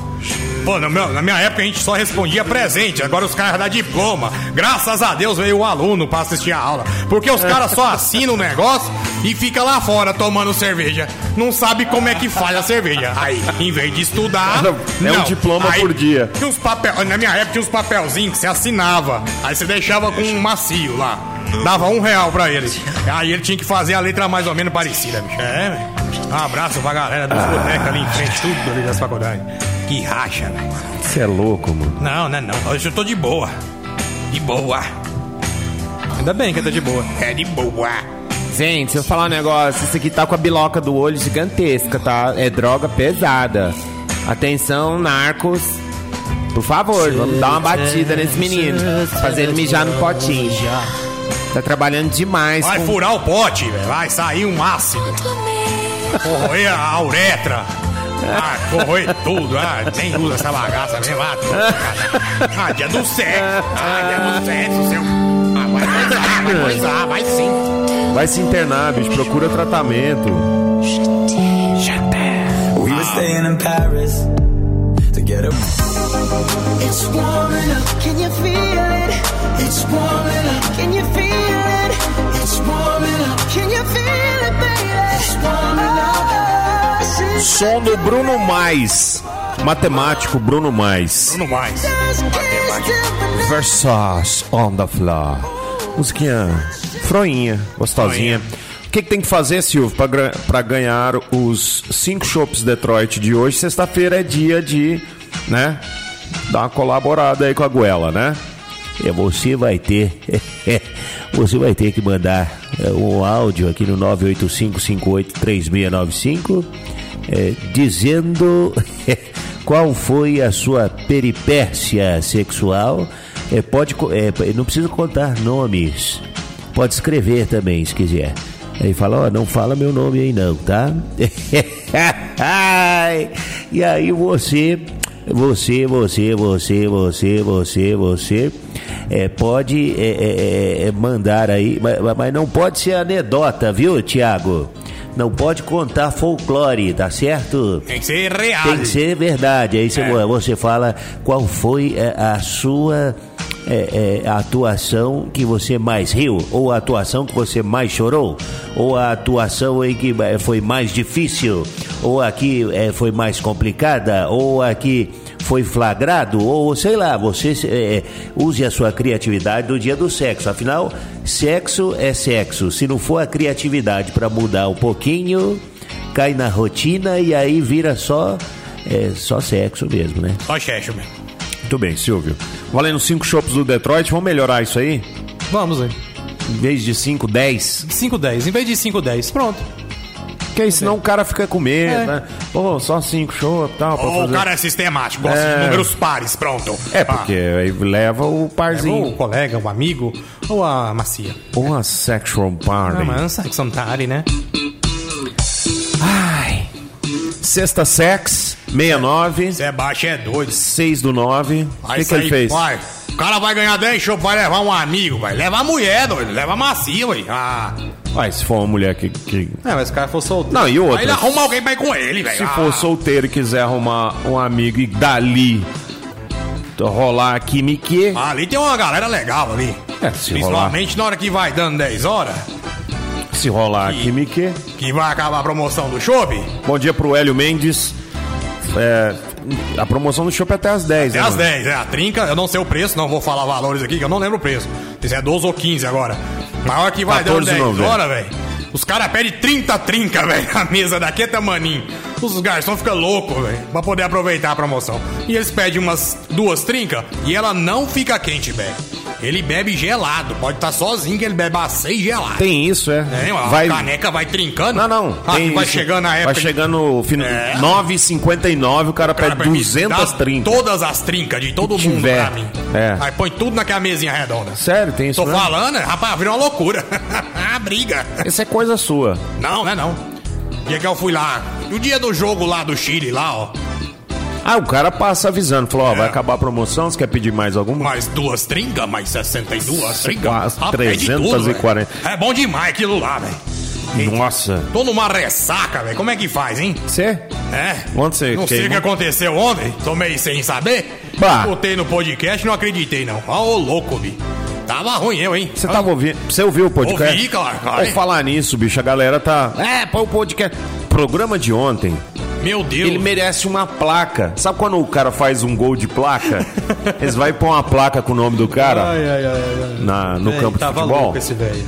[SPEAKER 4] Pô, no meu- na minha época a gente só respondia presente, agora os caras dão diploma. Graças a Deus veio o aluno pra assistir a aula. Porque os caras só assinam o negócio e fica lá fora tomando cerveja. Não sabe como é que faz a cerveja. Aí, em vez de estudar.
[SPEAKER 1] É um diploma por dia.
[SPEAKER 4] Tinha uns papel, na minha época tinha uns papelzinhos que você assinava. Aí você deixava com um macio lá. Dava um real pra ele. Aí ele tinha que fazer a letra mais ou menos parecida, bicho. É, velho. Um abraço pra galera dos bonecos ali em frente, tudo ali das faculdades. Que racha, velho.
[SPEAKER 1] Você é louco, mano.
[SPEAKER 4] Não, não, é não. Hoje eu tô de boa. De boa.
[SPEAKER 5] Ainda bem que tá de boa.
[SPEAKER 4] É de boa.
[SPEAKER 7] Gente, deixa eu falar um negócio. Isso aqui tá com a biloca do olho gigantesca, tá? É droga pesada. Atenção, narcos. Por favor, vamos dar uma batida nesse menino. Fazer ele mijar no potinho. Tá trabalhando demais.
[SPEAKER 4] Vai
[SPEAKER 7] com...
[SPEAKER 4] furar o pote, velho. Vai sair um ácido. Corroer a uretra. Ah, corroer tudo. Ah, nem usa essa bagaça mesmo. Ah, tô- ah, dia do sexo. Ah, dia do sexo, seu. Ah, vai coisar,
[SPEAKER 1] (laughs)
[SPEAKER 4] vai coisar, vai sim.
[SPEAKER 1] Vai se internar, bicho. Procura tratamento.
[SPEAKER 8] We were staying in Paris together.
[SPEAKER 9] It's warming up, can you feel it? It's warming up, can you feel it? It's warming up, can you feel it, baby? It's warming up. Since
[SPEAKER 1] Som do Bruno Mais. Matemático Bruno Mais.
[SPEAKER 4] Não mais.
[SPEAKER 9] just can't stop it now.
[SPEAKER 1] Versace on the floor. Musiquinha froinha, gostosinha. O que, que tem que fazer, Silvio, pra gra- pra ganhar os cinco shows Detroit de hoje? Sexta-feira é dia de, né, dar uma colaborada aí com a goela, né?
[SPEAKER 3] É, você vai ter. (laughs) você vai ter que mandar é, um áudio aqui no 985583695 é, dizendo (laughs) qual foi a sua peripécia sexual. É, pode, co- é, não precisa contar nomes. Pode escrever também, se quiser. Aí fala, ó, não fala meu nome aí não, tá? (laughs) Ai, e aí você você, você, você, você, você, você é, pode é, é, é, é, mandar aí, ma- ma- mas, não pode ser anedota, viu, Tiago? Não pode contar folclore, tá certo?
[SPEAKER 4] Tem que ser real.
[SPEAKER 3] Tem que ser verdade. Aí você, você fala qual foi é, a sua é, é, atuação que você mais riu, ou a atuação que você mais chorou, ou a atuação em que é, foi mais difícil, ou a que é, foi mais complicada, ou a que foi flagrado, ou sei lá, você é, use a sua criatividade no dia do sexo. Afinal, sexo é sexo. Se não for a criatividade para mudar um pouquinho, cai na rotina e aí vira só é, só sexo mesmo, né?
[SPEAKER 4] Só checho, velho.
[SPEAKER 1] Muito bem, Silvio. Valendo cinco shows do Detroit, vamos melhorar isso aí?
[SPEAKER 5] Vamos aí.
[SPEAKER 1] Em vez de 5, 10.
[SPEAKER 5] 5-10. Em vez de 5-10. Pronto.
[SPEAKER 1] Porque aí senão o cara fica com
[SPEAKER 5] É.
[SPEAKER 1] medo, né? Pô, só cinco shows e tal. pra
[SPEAKER 4] Ou o
[SPEAKER 1] fazer-
[SPEAKER 4] cara é sistemático, gosta de
[SPEAKER 1] É.
[SPEAKER 4] números pares, pronto. Ah,
[SPEAKER 1] É, porque aí leva o
[SPEAKER 5] Ou
[SPEAKER 1] parzinho.
[SPEAKER 5] o um colega, o amigo, ou a macia.
[SPEAKER 1] Uma sexual
[SPEAKER 5] Ah,
[SPEAKER 1] party.
[SPEAKER 5] mas não sabe que são tari, né?
[SPEAKER 1] Sexta Sex, 69,
[SPEAKER 4] Você é baixo, é doido.
[SPEAKER 1] 6 do 9. O que, que ele
[SPEAKER 4] sair,
[SPEAKER 1] fez?
[SPEAKER 4] Vai. O cara vai ganhar 10 show, vai levar um amigo, vai levar a mulher, doido. Leva a macia, ué. Ah.
[SPEAKER 1] Ah, se for uma mulher que. que-
[SPEAKER 5] É, mas o cara for solteiro.
[SPEAKER 1] Não, e
[SPEAKER 4] Aí ele
[SPEAKER 1] outra.
[SPEAKER 4] arruma alguém pra ir com ele, velho.
[SPEAKER 1] Se
[SPEAKER 4] Ah.
[SPEAKER 1] for solteiro e quiser arrumar um amigo e dali rolar a quimique.
[SPEAKER 4] Ah, ali tem uma galera legal ali.
[SPEAKER 1] É, se rolar.
[SPEAKER 4] Principalmente na hora que vai dando 10 horas.
[SPEAKER 1] se rolar aqui, Miquê.
[SPEAKER 4] Que vai acabar a promoção do chopp?
[SPEAKER 1] Bom dia pro Hélio Mendes. É, a promoção do shopping é até às 10,
[SPEAKER 4] É
[SPEAKER 1] né,
[SPEAKER 4] às
[SPEAKER 1] mano?
[SPEAKER 4] 10, é a trinca. Eu não sei o preço, não vou falar valores aqui, que eu não lembro o preço. Se é 12 ou 15 agora. Maior que vai dando 10
[SPEAKER 1] 14,90.
[SPEAKER 4] horas, velho. Os caras pedem 30 trinca, (laughs) velho. A mesa daqui é tamaninho. Os garçons ficam loucos, velho, pra poder aproveitar a promoção. E eles pedem umas duas trincas e ela não fica quente, velho. Ele bebe gelado. Pode estar sozinho que ele bebe a seis gelado.
[SPEAKER 1] Tem isso, é.
[SPEAKER 4] Tem, ó,
[SPEAKER 1] vai...
[SPEAKER 4] A caneca vai trincando.
[SPEAKER 1] Não, não.
[SPEAKER 4] Ah,
[SPEAKER 1] tem
[SPEAKER 4] vai
[SPEAKER 1] isso.
[SPEAKER 4] chegando a época.
[SPEAKER 1] Vai chegando fin...
[SPEAKER 4] É.
[SPEAKER 1] 9,59, o cara,
[SPEAKER 4] Cara, pra
[SPEAKER 1] pede
[SPEAKER 4] mim,
[SPEAKER 1] 200
[SPEAKER 4] dá
[SPEAKER 1] trincas.
[SPEAKER 4] Todas as trincas de todo
[SPEAKER 1] Que
[SPEAKER 4] mundo
[SPEAKER 1] tiver.
[SPEAKER 4] pra mim.
[SPEAKER 1] É.
[SPEAKER 4] Aí põe tudo naquela mesinha redonda.
[SPEAKER 1] Sério, tem isso,
[SPEAKER 4] Tô
[SPEAKER 1] né?
[SPEAKER 4] falando, é, rapaz, virou uma loucura. (laughs) a briga.
[SPEAKER 1] Isso é coisa sua.
[SPEAKER 4] Não, não é não. Dia que eu fui lá, no dia do jogo lá do Chile, lá, ó,
[SPEAKER 1] Ah, o cara passa avisando. Falou, ó, vai
[SPEAKER 4] É.
[SPEAKER 1] acabar a promoção, você quer pedir mais alguma?
[SPEAKER 4] mais duas tringas, mais 62 tringas.
[SPEAKER 1] Quase
[SPEAKER 4] Ah, pede tudo,
[SPEAKER 1] 340.
[SPEAKER 4] velho. É bom demais aquilo lá, velho.
[SPEAKER 1] Nossa.
[SPEAKER 4] Tô numa ressaca, velho. Como é que faz, hein?
[SPEAKER 1] Você?
[SPEAKER 4] É.
[SPEAKER 1] Onde você
[SPEAKER 4] Não sei o que
[SPEAKER 1] queimou?
[SPEAKER 4] aconteceu ontem, tomei sem saber.
[SPEAKER 1] Bah.
[SPEAKER 4] Botei no podcast, não acreditei não. Ó, ô louco, bi. Tava ruim eu, hein?
[SPEAKER 1] Você tava ouvindo? Você ouviu o podcast?
[SPEAKER 4] Ouvi, claro, claro.
[SPEAKER 1] Vou falar nisso, bicho. A galera tá. É, põe o podcast. Programa de ontem.
[SPEAKER 4] Meu Deus.
[SPEAKER 1] Ele merece uma placa. Sabe quando o cara faz um gol de
[SPEAKER 5] (laughs)
[SPEAKER 1] placa? Eles vai pôr uma placa com o nome do cara
[SPEAKER 5] Ai, ai, ai, ai.
[SPEAKER 1] na, no
[SPEAKER 5] Véi,
[SPEAKER 1] campo de
[SPEAKER 5] tava
[SPEAKER 1] futebol.
[SPEAKER 5] louco tá esse velho.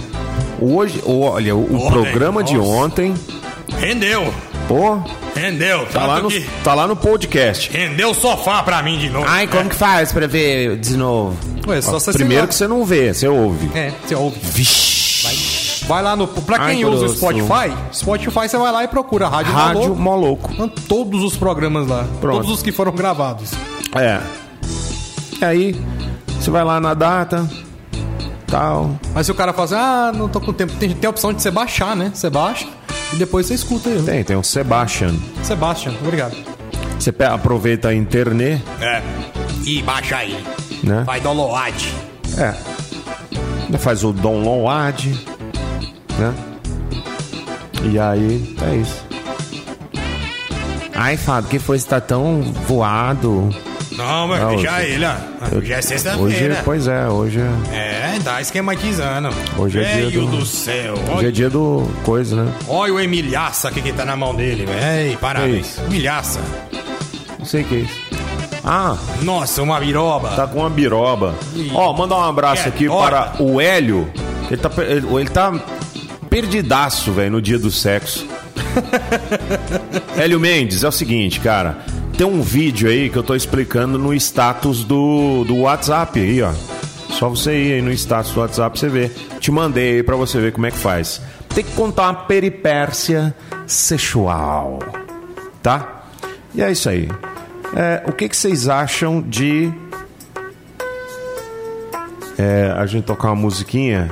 [SPEAKER 1] Hoje, olha, o
[SPEAKER 4] Ontem,
[SPEAKER 1] programa de
[SPEAKER 4] nossa.
[SPEAKER 1] ontem,
[SPEAKER 4] Rendeu.
[SPEAKER 1] pô,
[SPEAKER 4] Rendeu.
[SPEAKER 1] tá lá,
[SPEAKER 4] Tanto
[SPEAKER 1] no,
[SPEAKER 4] que
[SPEAKER 1] tá lá no podcast. É.
[SPEAKER 4] Rendeu o sofá pra mim de novo.
[SPEAKER 1] Ah.
[SPEAKER 6] Ai, como que faz pra ver de novo?
[SPEAKER 5] Ué, só você
[SPEAKER 1] Primeiro que você não vê, você ouve.
[SPEAKER 5] É, você ouve. Vai. Vai lá no. Pra quem
[SPEAKER 1] Ai,
[SPEAKER 5] usa o
[SPEAKER 1] grosso.
[SPEAKER 5] Spotify, Spotify você vai lá e procura Rádio,
[SPEAKER 1] Rádio
[SPEAKER 5] Maluco.
[SPEAKER 1] Mó Louco.
[SPEAKER 5] Tem Todos os programas lá.
[SPEAKER 1] Pronto.
[SPEAKER 5] Todos os que foram gravados.
[SPEAKER 1] É. E aí, você vai lá na data, tal.
[SPEAKER 5] Mas se o cara fala assim, ah, não tô com tempo, tem, tem a opção de você baixar, né? Você baixa e depois você escuta aí.
[SPEAKER 1] Tem, tem o Sebastian.
[SPEAKER 5] Sebastian, obrigado.
[SPEAKER 1] Você pe- aproveita a internet,
[SPEAKER 4] É. E baixa ele.
[SPEAKER 1] né?
[SPEAKER 4] Vai download.
[SPEAKER 1] Ainda Faz o download, né? E aí, é isso.
[SPEAKER 6] Ai, Fábio, que foi? Você tá tão voado.
[SPEAKER 4] Não, mas
[SPEAKER 1] Não,
[SPEAKER 4] deixa
[SPEAKER 1] hoje-
[SPEAKER 4] ele, ó. Hoje é
[SPEAKER 1] Hoje,
[SPEAKER 4] sexta-feira.
[SPEAKER 1] pois é, hoje é,
[SPEAKER 4] É, tá esquematizando.
[SPEAKER 1] Hoje é dia
[SPEAKER 4] Velho
[SPEAKER 1] do-
[SPEAKER 4] do céu.
[SPEAKER 1] hoje é
[SPEAKER 4] Olha,
[SPEAKER 1] dia do coisa, né?
[SPEAKER 4] olha o Emilhaça aqui que tá na mão dele, velho. Ei, Parabéns.
[SPEAKER 1] isso?
[SPEAKER 4] Emilhaça.
[SPEAKER 1] Não sei o que é isso. Ah,
[SPEAKER 4] Nossa, uma viroba.
[SPEAKER 1] tá com uma biroba. Ó, mandar um abraço
[SPEAKER 4] É,
[SPEAKER 1] aqui
[SPEAKER 4] ora.
[SPEAKER 1] para o Hélio. Ele tá, per- ele, ele tá perdidaço, velho, no dia do sexo. Hélio Mendes, é o seguinte, cara. Tem um vídeo aí que eu tô explicando no status do, do WhatsApp aí, ó. Só você ir aí no status do WhatsApp você vê. Te mandei aí pra você ver como é que faz. Tem que contar uma peripércia sexual. Tá? E é isso aí. É, o que, que vocês acham de. É, a gente tocar uma musiquinha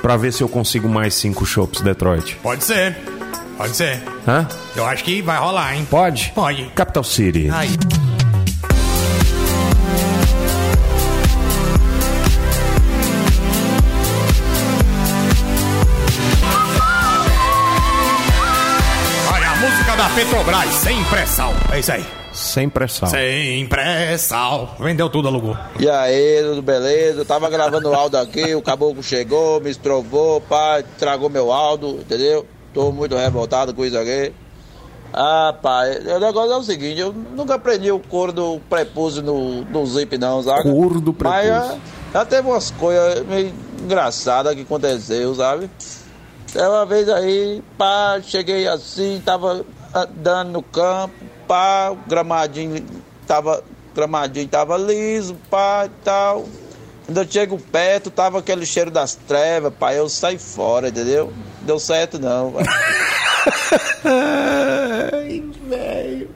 [SPEAKER 1] pra ver se eu consigo mais cinco shows Detroit.
[SPEAKER 4] Pode ser. Pode ser.
[SPEAKER 1] Hã?
[SPEAKER 4] Eu acho que vai rolar, hein?
[SPEAKER 1] Pode?
[SPEAKER 4] Pode.
[SPEAKER 1] Capital City.
[SPEAKER 4] Ai. Olha, a música da Petrobras, sem pressão. É isso aí.
[SPEAKER 1] Sem pressão.
[SPEAKER 4] Sem pressão. Vendeu tudo, alugou.
[SPEAKER 9] E aí, tudo beleza? Eu tava gravando o áudio aqui, o caboclo chegou, me estrovou, pá, tragou meu áudio, entendeu? Tô muito revoltado com isso aqui. Ah, pai, o negócio é o seguinte, eu nunca aprendi o couro do prepúcio no, no zip, não, sabe?
[SPEAKER 1] Couro do
[SPEAKER 9] Mas
[SPEAKER 1] prepúcio.
[SPEAKER 9] já, já teve umas coisas meio engraçadas que aconteceu, sabe? Daí uma vez aí, pá, cheguei assim, tava andando no campo, pá, o gramadinho tava, gramadinho tava liso, pá, e tal. Quando eu chego perto, tava aquele cheiro das trevas, pá, eu saí fora, entendeu? Deu certo não, pai.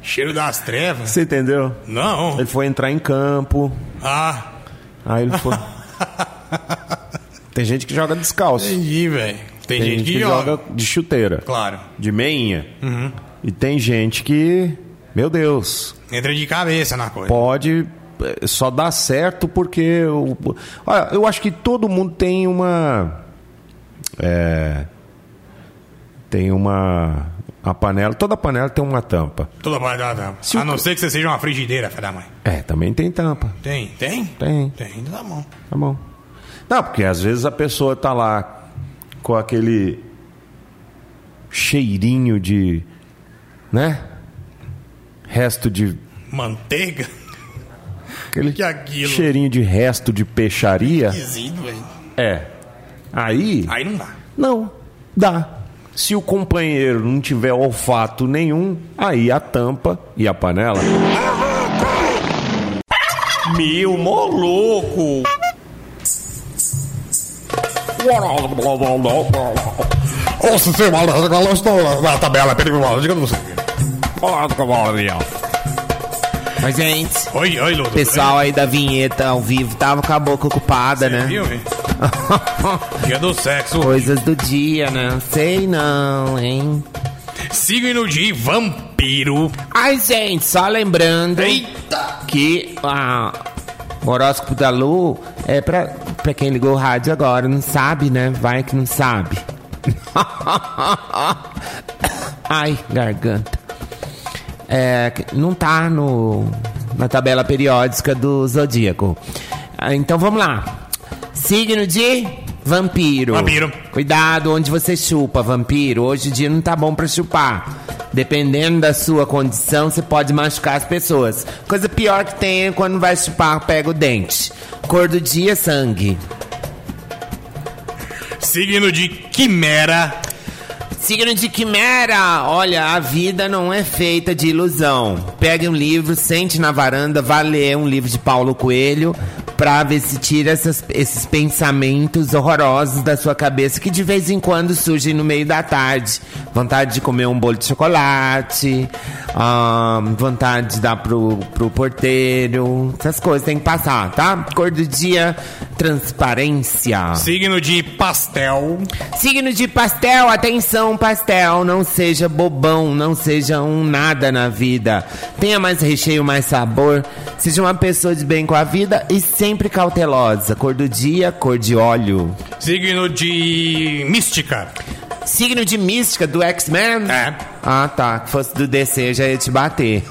[SPEAKER 4] Cheiro das trevas?
[SPEAKER 1] Você entendeu?
[SPEAKER 4] Não.
[SPEAKER 1] Ele foi entrar em campo,
[SPEAKER 4] Ah,
[SPEAKER 1] aí ele
[SPEAKER 4] (laughs)
[SPEAKER 1] foi. Tem gente que joga descalço.
[SPEAKER 4] entendi, velho. Tem,
[SPEAKER 1] Tem
[SPEAKER 4] gente que, joga. Uhum.
[SPEAKER 1] de chuteira,
[SPEAKER 4] Claro.
[SPEAKER 1] de meinha. E tem gente que, meu Deus,
[SPEAKER 4] Entra de cabeça na coisa.
[SPEAKER 1] pode eh, só dar certo porque o- olha, eu acho que todo mundo tem uma é, tem uma a panela toda panela tem uma tampa
[SPEAKER 4] Tudo vai dar tampa.
[SPEAKER 1] Se o
[SPEAKER 4] A não
[SPEAKER 1] ca-
[SPEAKER 4] ser que você seja uma frigideira, filha da mãe.
[SPEAKER 1] é também tem tampa
[SPEAKER 4] Tem, tem?
[SPEAKER 1] Tem.
[SPEAKER 4] Tem, tá bom.
[SPEAKER 1] tá bom não porque às vezes a pessoa tá lá com aquele cheirinho de, né? Resto de
[SPEAKER 4] Manteiga?
[SPEAKER 1] aquele
[SPEAKER 4] Que aquilo.
[SPEAKER 1] cheirinho de resto de peixaria.
[SPEAKER 4] Esquisito, velho.
[SPEAKER 1] É. Aí,
[SPEAKER 4] Aí não dá.
[SPEAKER 1] não dá. Se o companheiro não tiver olfato nenhum, aí a tampa e a panela
[SPEAKER 4] Meu, mó louco. Ou se você manda essa galera, estou na tabela, perigosa, diga não sei.
[SPEAKER 3] Mas, gente,
[SPEAKER 4] Oi, oi, Ludo.
[SPEAKER 3] pessoal aí da vinheta ao vivo tava com a boca ocupada, né?
[SPEAKER 4] Viu, hein? Dia do
[SPEAKER 3] (laughs)
[SPEAKER 4] sexo.
[SPEAKER 3] Coisas do dia, né? Sei não, hein?
[SPEAKER 4] Signo de vampiro.
[SPEAKER 3] Ai, gente, só lembrando
[SPEAKER 4] Eita!
[SPEAKER 3] que ah, o horóscopo da Lu é pra, pra quem ligou o rádio agora, não sabe, né? Vai que não sabe. Ai, garganta. É, que não tá no, na tabela periódica do Zodíaco. Ah, Então vamos lá. Signo de vampiro.
[SPEAKER 4] Vampiro.
[SPEAKER 3] Cuidado onde você chupa, vampiro. Hoje o dia não tá bom pra chupar. Dependendo da sua condição, você pode machucar as pessoas. Coisa pior que tem é quando vai chupar, pega o dente. Cor do dia, sangue.
[SPEAKER 4] Signo de quimera.
[SPEAKER 3] Signo de quimera. Olha, a vida não é feita de ilusão. Pegue um livro, sente na varanda, vá ler um livro de Paulo Coelho pra ver se tira essas- esses pensamentos horrorosos da sua cabeça que de vez em quando surgem no meio da tarde. Vontade de comer um bolo de chocolate, ah, vontade de dar pro, pro porteiro. Essas coisas tem que passar, tá? Cor do dia, transparência.
[SPEAKER 4] Signo de pastel.
[SPEAKER 3] Signo de pastel, atenção, pastel. Não seja bobão, não seja um nada na vida. Tenha mais recheio, mais sabor. Seja uma pessoa de bem com a vida e sempre cautelosa. Cor do dia, cor de óleo.
[SPEAKER 4] Signo de mística.
[SPEAKER 3] Signo de mística do X-Men?
[SPEAKER 4] É.
[SPEAKER 3] Ah, tá. Que fosse do DC, já ia te bater.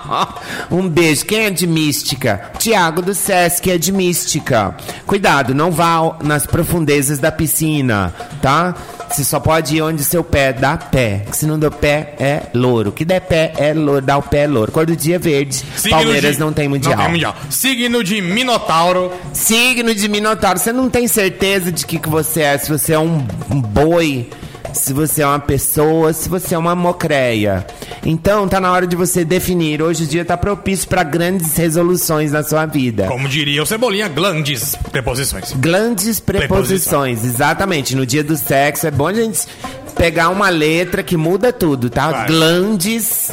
[SPEAKER 3] (laughs) um beijo. Quem é de mística? Tiago do Sesc é de mística. Cuidado, não vá ao- nas profundezas da piscina, tá? Você só pode ir onde seu pé dá pé. Que se não deu pé, é louro. Que der pé, é louro. Dá o pé, é louro. Cor do dia verde. Palmeiras não tem mundial.
[SPEAKER 4] Não tem mundial. Signo de minotauro.
[SPEAKER 3] Signo de Minotauro. Você não tem certeza de que, que você é. Se você é um um boi, se você é uma pessoa, se você é uma mocreia. Então, tá na hora de você definir. Hoje o dia tá propício pra grandes resoluções na sua vida.
[SPEAKER 4] Como diria o Cebolinha, glandes preposições.
[SPEAKER 3] Grandes preposições, exatamente. No dia do sexo é bom a gente pegar uma letra que muda tudo, tá?
[SPEAKER 4] Vai.
[SPEAKER 3] Grandes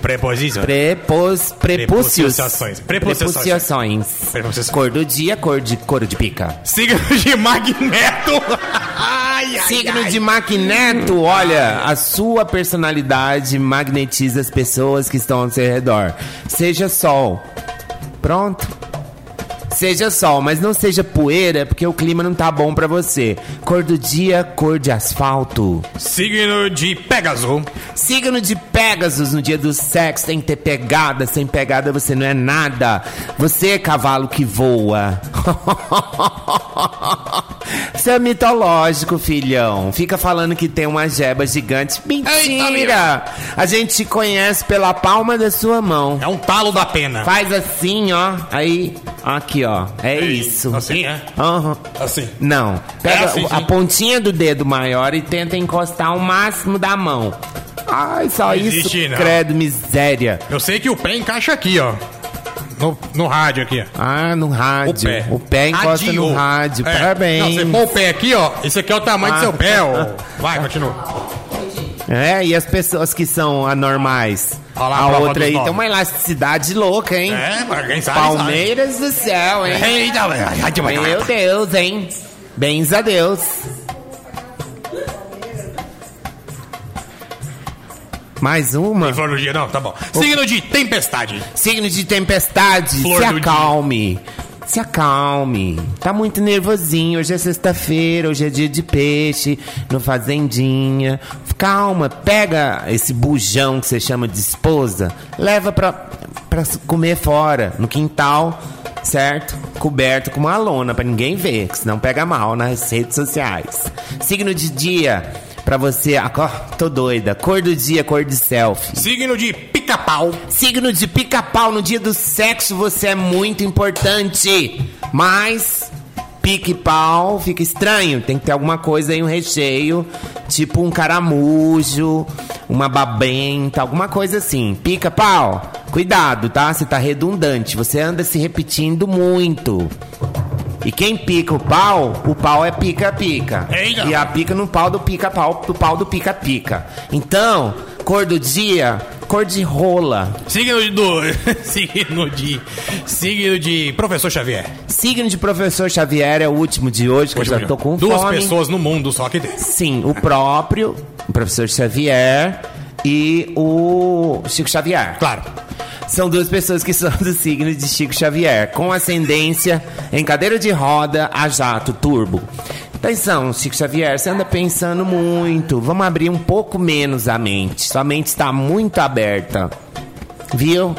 [SPEAKER 4] Preposições.
[SPEAKER 3] prepos, prepúcios.
[SPEAKER 4] Prepuciações. Prepuciações.
[SPEAKER 3] Prepuciações.
[SPEAKER 4] Preposições.
[SPEAKER 3] Cor do dia, cor de couro de pica.
[SPEAKER 4] Signo de magneto. (laughs) ai, ai,
[SPEAKER 3] Signo de Magneto, olha, a sua personalidade magnetiza as pessoas que estão ao seu redor. Seja sol. Pronto. Seja sol, mas não seja poeira, porque o clima não tá bom pra você. Cor do dia, cor de asfalto.
[SPEAKER 4] Signo de Pegasus.
[SPEAKER 3] Signo de Pegasus no dia do sexo tem que ter pegada. Sem pegada você não é nada. Você é cavalo que voa. (laughs) Você é mitológico, filhão. Fica falando que tem uma jeba gigante. Mentira! A gente te conhece pela palma da sua mão.
[SPEAKER 4] É um talo da pena.
[SPEAKER 3] Faz assim, ó. Aí, aqui, ó. É isso.
[SPEAKER 4] Assim, é?
[SPEAKER 3] Aham.
[SPEAKER 4] Assim.
[SPEAKER 3] Não. Pega
[SPEAKER 4] É assim,
[SPEAKER 3] o- a
[SPEAKER 4] sim.
[SPEAKER 3] pontinha do dedo maior e tenta encostar o máximo da mão. Ai, só
[SPEAKER 4] Não
[SPEAKER 3] isso.
[SPEAKER 4] existe, não.
[SPEAKER 3] Credo, miséria.
[SPEAKER 4] Eu sei que o pé encaixa aqui, ó. No, no rádio aqui, ó.
[SPEAKER 3] Ah, no rádio.
[SPEAKER 4] pé.
[SPEAKER 3] encosta
[SPEAKER 4] Adiou.
[SPEAKER 3] no rádio.
[SPEAKER 4] É. Não,
[SPEAKER 3] Parabéns.
[SPEAKER 4] você põe o pé aqui, ó. Esse aqui é o tamanho
[SPEAKER 3] Ah.
[SPEAKER 4] do seu pé, ó. Vai, continua.
[SPEAKER 3] É, e as pessoas que são anormais?
[SPEAKER 4] Olha lá a
[SPEAKER 3] a
[SPEAKER 4] prova
[SPEAKER 3] outra
[SPEAKER 4] dos
[SPEAKER 3] aí
[SPEAKER 4] nove.
[SPEAKER 3] tem uma elasticidade louca, hein?
[SPEAKER 4] É, mas É, quem sabe.
[SPEAKER 3] Palmeiras do céu, hein?
[SPEAKER 4] sabe. Eita, velho. Ai, ai, ai, ai.
[SPEAKER 3] Meu Deus, hein? Bens a Deus. Mais uma?
[SPEAKER 4] Flor do dia, não, tá bom. Signo de tempestade.
[SPEAKER 3] Signo de tempestade,
[SPEAKER 4] Flor
[SPEAKER 3] se
[SPEAKER 4] do dia.
[SPEAKER 3] acalme. Se acalme. Tá muito nervosinho. Hoje é sexta-feira, hoje é dia de peixe, no fazendinha. Calma, pega esse bujão que você chama de esposa, leva pra, pra comer fora, no quintal. certo? Coberto com uma lona pra ninguém ver, que senão pega mal nas redes sociais. Signo de dia pra você, ah, ó, tô doida. Cor do dia, cor de selfie.
[SPEAKER 4] Signo de pica-pau.
[SPEAKER 3] Signo de pica-pau no dia do sexo, você é muito importante. Mas pique-pau fica estranho. Tem que ter alguma coisa aí, um recheio, tipo um caramujo, uma babenta, alguma coisa assim. Pica-pau, cuidado, tá? Você tá redundante, você anda se repetindo muito. E quem pica o pau, o pau é pica-pica.
[SPEAKER 4] Eita.
[SPEAKER 3] E a pica no pau do pica-pau, do pau do pica-pica. Então, cor do dia, cor de rola.
[SPEAKER 4] Signo de do. (laughs) signo de. Signo de. Professor Xavier.
[SPEAKER 3] Signo de professor Xavier é o último de hoje, que eu já tô com
[SPEAKER 4] Duas
[SPEAKER 3] fome.
[SPEAKER 4] pessoas no mundo só que tem.
[SPEAKER 3] Sim, o próprio, o professor Xavier e o Chico Xavier.
[SPEAKER 4] Claro.
[SPEAKER 3] São duas pessoas que são (laughs) do signo de Chico Xavier, com ascendência em cadeira de roda a jato turbo. Atenção, Chico Xavier, você anda pensando muito. Vamos abrir um pouco menos a mente. Sua mente está muito aberta. Viu?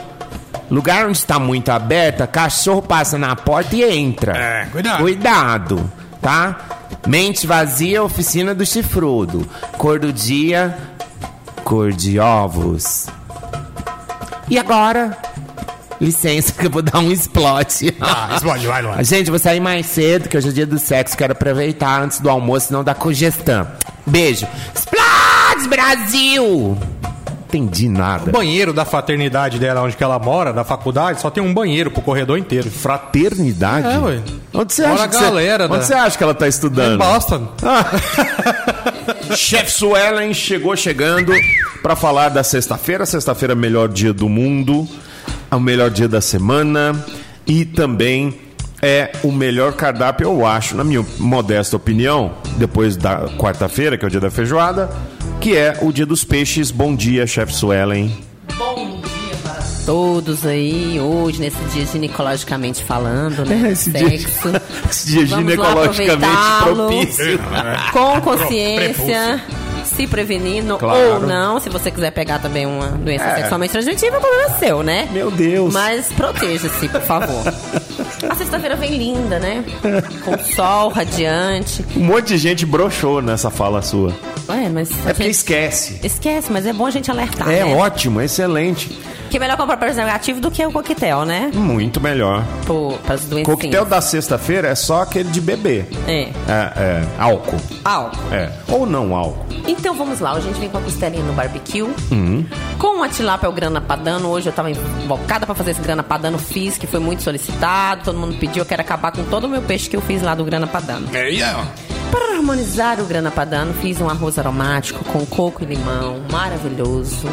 [SPEAKER 3] Lugar onde está muito aberta, cachorro passa na porta e entra.
[SPEAKER 4] É, cuidado.
[SPEAKER 3] Cuidado, tá? Mente vazia, oficina do chifrudo. Cor do dia, cor de ovos. E agora? Licença que eu vou dar um
[SPEAKER 10] (laughs)
[SPEAKER 3] explode.
[SPEAKER 4] Ah, explode, vai, Luan.
[SPEAKER 3] Gente, vou sair mais cedo, que hoje é dia do sexo. Quero aproveitar antes do almoço, senão dá congestão. Beijo. Explode, Brasil! Entendi nada.
[SPEAKER 4] Banheiro da fraternidade dela, onde que ela mora, da faculdade, só tem um banheiro pro corredor inteiro.
[SPEAKER 1] Fraternidade?
[SPEAKER 5] É, ué.
[SPEAKER 1] Ah, Onde você
[SPEAKER 5] Bora
[SPEAKER 1] acha
[SPEAKER 5] a
[SPEAKER 1] que você-
[SPEAKER 5] galera
[SPEAKER 1] Onde
[SPEAKER 5] da-
[SPEAKER 1] você acha que ela tá
[SPEAKER 5] Em
[SPEAKER 1] estudando?
[SPEAKER 5] Boston.
[SPEAKER 1] Chef Suelen chegou chegando para falar da sexta-feira. Sexta-feira é o melhor dia do mundo, é o melhor dia da semana e também é o melhor cardápio, eu acho, na minha modesta opinião, depois da quarta-feira, que é o dia da feijoada, que é o dia dos peixes. Bom dia, Chef Suelen.
[SPEAKER 11] todos aí hoje, nesse dia ginecologicamente falando, né?
[SPEAKER 1] (laughs) (laughs) Esse dia-
[SPEAKER 11] sexo.
[SPEAKER 1] Esse dia
[SPEAKER 11] Vamos lá
[SPEAKER 1] ginecologicamente
[SPEAKER 11] aproveitá-lo.
[SPEAKER 1] propício. Ah,
[SPEAKER 11] Com consciência, se prevenindo
[SPEAKER 1] Claro.
[SPEAKER 11] ou não, se você quiser pegar também uma doença sexualmente transmitível, o problema é seu, né?
[SPEAKER 1] Meu Deus.
[SPEAKER 11] Mas proteja-se, por favor. A sexta-feira vem linda, né? Com sol radiante.
[SPEAKER 1] Um monte de gente broxou nessa fala sua.
[SPEAKER 11] Ué, mas. a
[SPEAKER 1] É porque
[SPEAKER 11] gente-
[SPEAKER 1] esquece.
[SPEAKER 11] Esquece, mas é bom a gente alertar.
[SPEAKER 1] É
[SPEAKER 11] né?
[SPEAKER 1] ótimo, é excelente.
[SPEAKER 11] Que é melhor comprar preservativo do que o coquetel, né?
[SPEAKER 1] Muito melhor.
[SPEAKER 11] Para as doenças.
[SPEAKER 1] Coquetel da sexta-feira é só aquele de bebê.
[SPEAKER 11] É.
[SPEAKER 1] É, é, álcool.
[SPEAKER 11] Álcool.
[SPEAKER 1] É. Ou não álcool.
[SPEAKER 11] Então vamos lá, hoje a gente vem com a costelinha no barbecue.
[SPEAKER 1] Uhum.
[SPEAKER 11] Com a tilápia o grana padano. Hoje eu tava embocada pra fazer esse grana padano, fiz, que foi muito solicitado, todo mundo pediu, eu quero acabar com todo o meu peixe que eu fiz lá do grana padano.
[SPEAKER 4] É,
[SPEAKER 11] Para harmonizar o grana padano, fiz um arroz aromático com coco e limão, maravilhoso.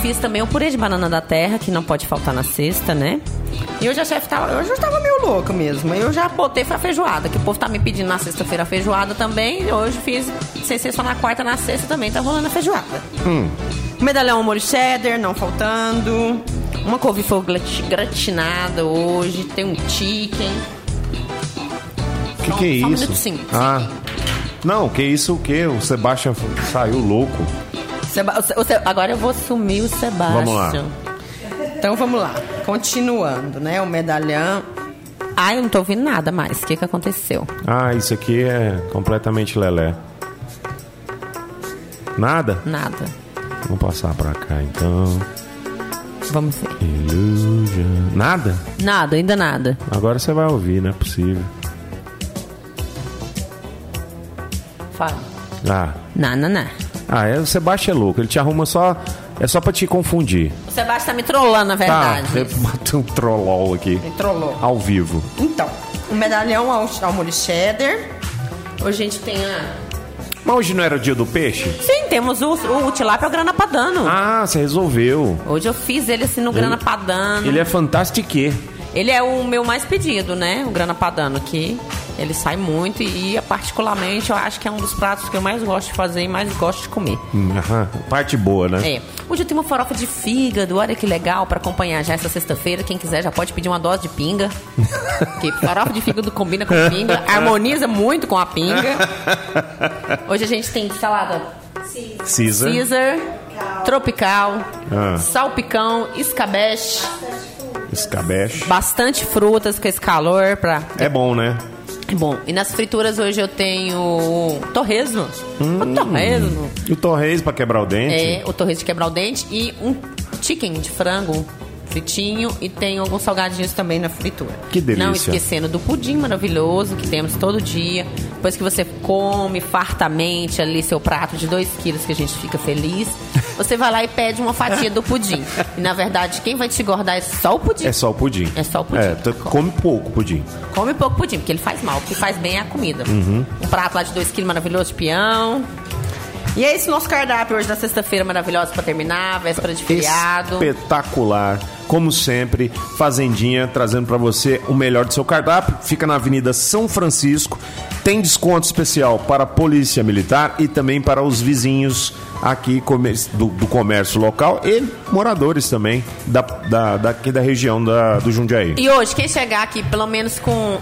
[SPEAKER 11] Fiz também o purê de banana da terra, que não pode faltar na cesta, né? E hoje a chefe tava, hoje eu tava meio louca mesmo. Eu já botei foi a feijoada, que o povo tá me pedindo na sexta-feira a feijoada também. E Hoje fiz, sem ser só na quarta, na sexta também tá rolando a feijoada.
[SPEAKER 1] Hum.
[SPEAKER 11] Medalhão ao molho cheddar, não faltando. Uma couve-flor grat- gratinada hoje. Tem um chicken.
[SPEAKER 1] O que, que é
[SPEAKER 11] Só um
[SPEAKER 1] isso?
[SPEAKER 11] minutinho.
[SPEAKER 1] ah. Não, que isso o quê? O Sebastião saiu louco.
[SPEAKER 11] Seba- o Se- o Se- agora eu vou sumir o Sebastião.
[SPEAKER 1] Vamos lá.
[SPEAKER 11] Então vamos lá. Continuando, né? O medalhão. Ai, eu não tô ouvindo nada mais. O que que aconteceu?
[SPEAKER 1] Ah, isso aqui é completamente lelé. Nada?
[SPEAKER 11] Nada.
[SPEAKER 1] Vamos passar pra cá então.
[SPEAKER 11] Vamos ver.
[SPEAKER 1] Illusion. Nada?
[SPEAKER 11] Nada, ainda nada.
[SPEAKER 1] Agora você vai ouvir, não é possível.
[SPEAKER 11] Fala.
[SPEAKER 1] Ah,
[SPEAKER 11] Não, não, não.
[SPEAKER 1] ah é, o Sebastião é louco. Ele te arruma só. É só pra te confundir.
[SPEAKER 11] O Sebastião tá me trollando, na
[SPEAKER 1] Tá,
[SPEAKER 11] verdade.
[SPEAKER 1] eu bati um trollol aqui.
[SPEAKER 11] Me trollou.
[SPEAKER 1] Ao vivo.
[SPEAKER 11] Então, o medalhão ao, ao molho cheddar. Hoje a gente tem a...
[SPEAKER 1] Mas hoje não era o dia do peixe?
[SPEAKER 11] Sim, temos o, o tilápia ao grana padano.
[SPEAKER 1] Ah, você resolveu.
[SPEAKER 11] Hoje eu fiz ele assim no grana padano.
[SPEAKER 1] Ele é fantastique.
[SPEAKER 11] Ele é o meu mais pedido, né? O grana padano aqui. Ele sai muito e, e, particularmente, eu acho que é um dos pratos que eu mais gosto de fazer e mais gosto de comer.
[SPEAKER 1] Hum, aham. Parte boa, né?
[SPEAKER 11] É. Hoje eu tenho uma farofa de fígado, olha que legal, pra acompanhar já essa sexta-feira. Quem quiser já pode pedir uma dose de pinga. que farofa de fígado combina com pinga, harmoniza muito com a pinga. Hoje a gente tem salada
[SPEAKER 1] Caesar.
[SPEAKER 11] Caesar, tropical,
[SPEAKER 1] Ah.
[SPEAKER 11] salpicão, escabeche,
[SPEAKER 1] Escabeche.
[SPEAKER 11] Bastante frutas com esse calor pra.
[SPEAKER 1] É bom, né?
[SPEAKER 11] É bom. E nas frituras hoje eu tenho torresmo. O torresmo.
[SPEAKER 1] E o torresmo pra quebrar o dente?
[SPEAKER 11] É, o torresmo de quebrar o dente e um chicken de frango fritinho e tem alguns salgadinhos também na fritura.
[SPEAKER 1] Que delícia.
[SPEAKER 11] Não esquecendo do pudim maravilhoso que temos todo dia. Depois que você come fartamente ali seu prato de 2 quilos que a gente fica
[SPEAKER 1] (laughs)
[SPEAKER 11] feliz, você vai lá e pede uma fatia do pudim. E na verdade, quem vai te engordar é só o pudim.
[SPEAKER 1] É só o pudim.
[SPEAKER 11] É só o pudim.
[SPEAKER 1] É, tu come pouco pudim.
[SPEAKER 11] Come pouco pudim, porque ele faz mal. O que faz bem é a comida.
[SPEAKER 1] Uhum.
[SPEAKER 11] Um prato lá de 2 quilos maravilhoso de peão. E é esse nosso cardápio hoje da sexta-feira maravilhosa pra terminar, véspera de feriado.
[SPEAKER 1] Espetacular. Como sempre, Fazendinha trazendo pra você o melhor do seu cardápio. Fica na Avenida São Francisco. Tem desconto especial para a Polícia Militar e também para os vizinhos aqui comer- do, do comércio local e moradores também da, da, daqui da região da, do Jundiaí.
[SPEAKER 11] E hoje, quem chegar aqui, pelo menos com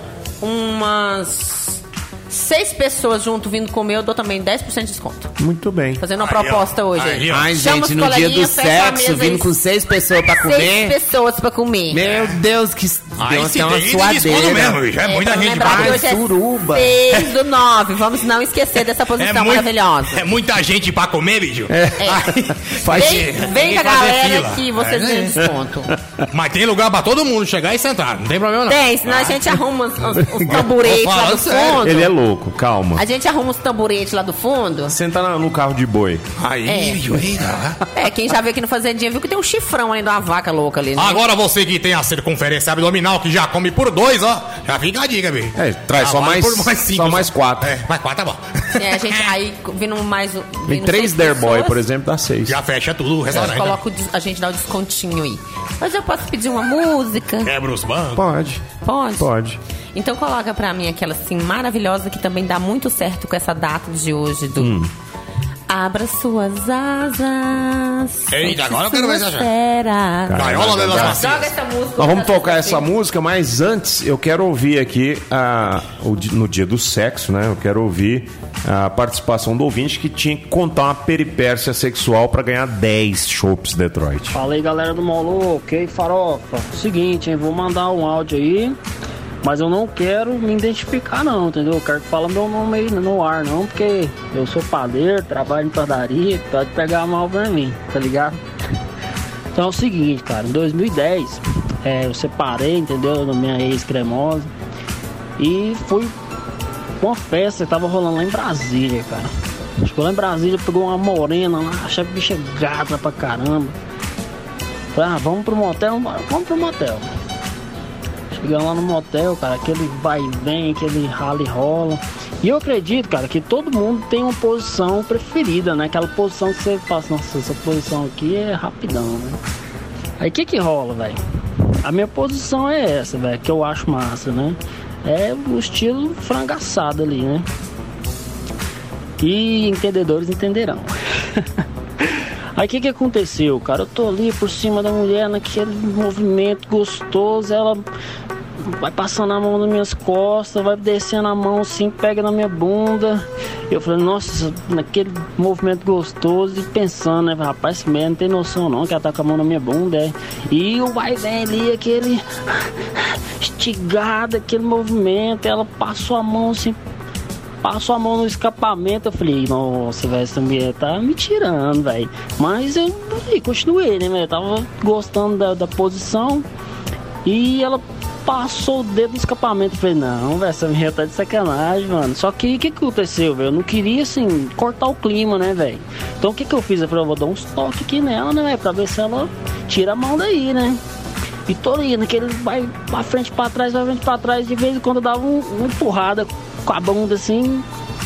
[SPEAKER 11] umas seis pessoas junto vindo comer, eu dou também 10% de desconto.
[SPEAKER 1] Muito bem.
[SPEAKER 11] Fazendo uma proposta hoje aí.
[SPEAKER 10] Ai,
[SPEAKER 11] Chama os
[SPEAKER 10] gente, no dia do
[SPEAKER 11] coleguinhas, fecha a
[SPEAKER 10] sexo,
[SPEAKER 11] mesa aí.
[SPEAKER 10] vindo com seis pessoas pra
[SPEAKER 11] Seis
[SPEAKER 10] comer.
[SPEAKER 11] pessoas pra comer.
[SPEAKER 10] Meu Deus, que
[SPEAKER 11] Ai,
[SPEAKER 10] deu
[SPEAKER 11] se
[SPEAKER 4] é
[SPEAKER 10] até uma
[SPEAKER 11] tem, eles escondem
[SPEAKER 10] suadeira.
[SPEAKER 11] mesmo, bicho. É muita gente pra
[SPEAKER 10] Ai,
[SPEAKER 11] hoje é
[SPEAKER 10] suruba.
[SPEAKER 11] 6 do 9. Vamos não esquecer dessa posição
[SPEAKER 4] mui-
[SPEAKER 11] maravilhosa.
[SPEAKER 4] (laughs)
[SPEAKER 11] É.
[SPEAKER 4] é muita gente pra comer, bicho.
[SPEAKER 11] Vem- vem com a galera que
[SPEAKER 1] É, né?
[SPEAKER 11] vocês
[SPEAKER 1] (laughs)
[SPEAKER 11] têm desconto.
[SPEAKER 4] Mas tem lugar pra todo mundo chegar e sentar. Não tem problema, não.
[SPEAKER 11] Tem, senão a gente arruma uns, uns, uns tamburetes
[SPEAKER 4] Tô
[SPEAKER 11] lá
[SPEAKER 4] falando
[SPEAKER 11] do
[SPEAKER 4] sério.
[SPEAKER 11] fundo.
[SPEAKER 1] Ele é louco, calma.
[SPEAKER 11] A gente arruma uns tamburetes lá do fundo.
[SPEAKER 1] Senta na- no carro de boi.
[SPEAKER 4] Aí,
[SPEAKER 11] É. É, quem já veio aqui no Fazendinha viu que tem um chifrão ali de uma vaca louca ali. Né?
[SPEAKER 1] Ah.
[SPEAKER 4] Agora você que tem a circunferência abdominal, que já come por dois, ó. Já fica a dica, bicho. É,
[SPEAKER 1] traz só mais- só mais quatro.
[SPEAKER 4] É, mais quatro tá bom. (laughs)
[SPEAKER 11] É, a gente aí vindo mais. o-
[SPEAKER 1] Tem
[SPEAKER 11] Vindo
[SPEAKER 1] três
[SPEAKER 11] seis
[SPEAKER 1] Derboy,
[SPEAKER 11] pessoas,
[SPEAKER 1] por exemplo, dá seis.
[SPEAKER 4] Já fecha tudo o
[SPEAKER 11] A
[SPEAKER 4] restaurante. né?
[SPEAKER 11] gente, coloca o des- a gente dá o descontinho aí. Mas eu posso pedir uma música?
[SPEAKER 4] Quebra os bancos.
[SPEAKER 1] Pode.
[SPEAKER 11] Pode?
[SPEAKER 1] Pode.
[SPEAKER 11] Então coloca pra mim aquela assim maravilhosa que também dá muito certo com essa data de hoje do.
[SPEAKER 1] Hum.
[SPEAKER 11] Abra suas asas.
[SPEAKER 4] Eita, agora eu
[SPEAKER 11] sente
[SPEAKER 4] quero ver
[SPEAKER 11] suas
[SPEAKER 4] essa-
[SPEAKER 11] feras.
[SPEAKER 1] Gaiola das Macias.
[SPEAKER 11] Joga essa música.
[SPEAKER 1] Nós vamos tocar essa música, mas antes eu quero ouvir aqui a, o di- no dia do sexo, né? Eu quero ouvir a participação do ouvinte que tinha que contar uma peripécia sexual pra ganhar 10 chopps Detroit.
[SPEAKER 8] Fala aí galera do Molu, ok? Farofa. Seguinte, hein? Vou mandar um áudio aí, mas eu não quero me identificar não, entendeu? Eu quero que fala meu nome aí no ar não, porque eu sou padeiro, trabalho em padaria, pode pegar mal pra mim, tá ligado? Então é o seguinte, cara, em 2010 é, eu separei, entendeu? Da minha ex-cremosa e fui pra uma festa que tava rolando lá em Brasília, cara. Chegou lá em Brasília, pegou uma morena lá, achei a bicha gata pra caramba. Falei, ah, vamos pro motel? Bora, Vamos pro motel. Chegamos lá no motel, cara, aquele vai e vem, aquele rala e rola. E eu acredito, cara, que todo mundo tem uma posição preferida, né? Aquela posição que você passa, nossa, essa posição aqui é rapidão, né? Aí o que que rola, velho? A minha posição é essa, velho, que eu acho massa, né? É o estilo frangaçado ali, né? E entendedores entenderão. (laughs) Aí o que, que aconteceu, cara? Eu tô ali por cima da mulher, naquele movimento gostoso, ela vai passando a mão nas minhas costas, vai descendo a mão assim, pega na minha bunda. Eu falei, nossa, naquele movimento gostoso e pensando, né? Rapaz, esse merda não tem noção não, que ela tá com a mão na minha bunda, é. E o vai e vem ali, aquele (laughs) estigado, aquele movimento, ela passou a mão assim, passou a mão no escapamento, eu falei, nossa, velho, essa mulher tá me tirando, velho. Mas eu aí, continuei, né, velho? Eu Tava gostando da, da posição e ela passou o dedo no escapamento. Eu falei, não, velho, essa mulher tá de sacanagem, mano. Só que o que que aconteceu, velho? Eu não queria, assim, cortar o clima, né, velho? Então o que que eu fiz? Eu falei, eu vou dar uns toques aqui nela, né, velho? Pra ver se ela tira a mão daí, né? E tô ali, naquele vai pra frente, pra trás, pra frente, pra trás. De vez em quando eu dava um- uma empurrada com a bunda assim,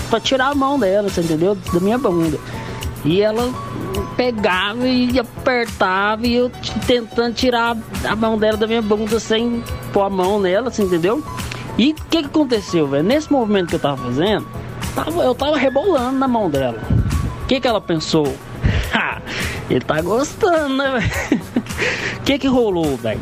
[SPEAKER 8] pra tirar a mão dela, você entendeu? Da minha bunda. E ela pegava e apertava e eu t- tentando tirar a mão dela da minha bunda sem pôr a mão nela, você entendeu? E o que, que aconteceu, velho? Nesse movimento que eu tava fazendo, tava- eu tava rebolando na mão dela. O que, que ela pensou? (laughs) Ele tá gostando, né, velho? (laughs) O que que rolou, velho?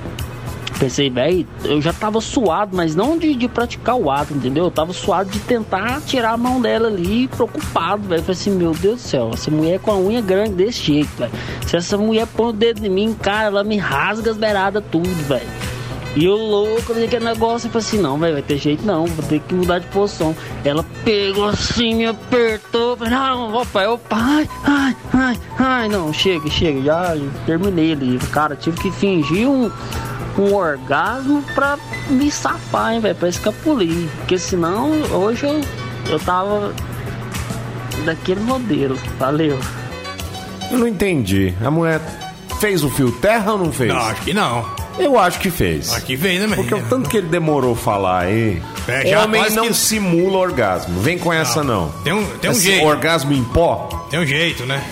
[SPEAKER 8] Pensei, velho, eu já tava suado, mas não de, de praticar o ato, entendeu? Eu tava suado de tentar tirar a mão dela ali, preocupado, velho. Falei assim, meu Deus do céu, essa mulher com a unha grande desse jeito, velho. Se essa mulher põe o dedo em mim, cara, ela me rasga as beiradas tudo, velho. E o louco daquele negócio, eu falei assim, não, velho, vai ter jeito não, vou ter que mudar de posição. Ela pegou assim, me apertou, falei, não, opa, eu, ai, ai, ai, ai, não, chega, chega, já terminei ali. Cara, tive que fingir um, um orgasmo pra me safar, hein, velho, pra escapulir. Porque senão, hoje eu, eu tava daquele modelo, valeu.
[SPEAKER 1] Eu não entendi. A mulher fez o fio terra ou não fez?
[SPEAKER 4] Não, acho que não.
[SPEAKER 1] Eu acho que fez.
[SPEAKER 4] Acho que fez, né, menino?
[SPEAKER 1] Porque o tanto que ele demorou falar aí.
[SPEAKER 4] É, já
[SPEAKER 1] homem
[SPEAKER 4] quase
[SPEAKER 1] não é
[SPEAKER 4] que-
[SPEAKER 1] simula orgasmo. Vem com essa, não.
[SPEAKER 4] Tem um, tem um
[SPEAKER 1] Esse
[SPEAKER 4] jeito.
[SPEAKER 1] orgasmo em pó?
[SPEAKER 4] Tem um jeito, né?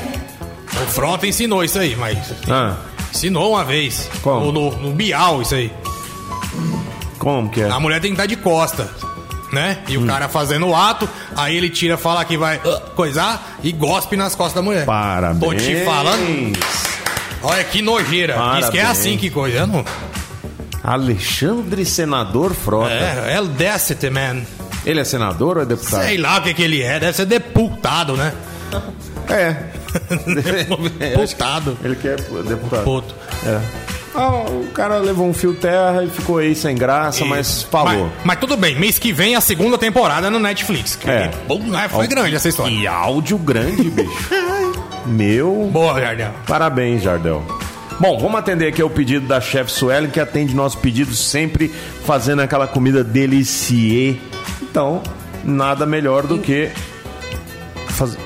[SPEAKER 4] O Frota ensinou isso aí, mas.
[SPEAKER 1] Ah,
[SPEAKER 4] Ensinou uma vez. No, no, no Bial, isso aí.
[SPEAKER 1] Como que é?
[SPEAKER 4] A mulher tem que estar de costa, né? E o cara fazendo o ato, aí ele tira, fala que vai ah, coisar e gospe nas costas da mulher.
[SPEAKER 1] Parabéns.
[SPEAKER 4] Tô te falando. Olha que nojeira. Diz que é
[SPEAKER 1] Parabéns.
[SPEAKER 4] assim que coisa. Eu não...
[SPEAKER 1] Alexandre Senador Frota.
[SPEAKER 4] É, é o Decity, man.
[SPEAKER 1] Ele é senador ou é deputado?
[SPEAKER 4] Sei lá o que, que ele é. Deve ser deputado,
[SPEAKER 1] (laughs)
[SPEAKER 4] né?
[SPEAKER 1] É.
[SPEAKER 4] deputado.
[SPEAKER 1] Ele quer deputado.
[SPEAKER 4] Puto.
[SPEAKER 1] É. Ah, o cara levou um fio terra e ficou aí sem graça, mas falou.
[SPEAKER 4] Mas, mas tudo bem, mês que vem é a segunda temporada no Netflix. Que
[SPEAKER 1] É.
[SPEAKER 4] Bom, né? Foi
[SPEAKER 1] Ó,
[SPEAKER 4] grande essa história.
[SPEAKER 1] Que áudio grande,
[SPEAKER 4] (laughs)
[SPEAKER 1] bicho. Meu.
[SPEAKER 4] Boa, Jardel.
[SPEAKER 1] Parabéns, Jardel. Bom, vamos atender aqui o pedido da chefe Suelen, que atende nosso pedido sempre fazendo aquela comida delicie. Então, nada melhor do que fazer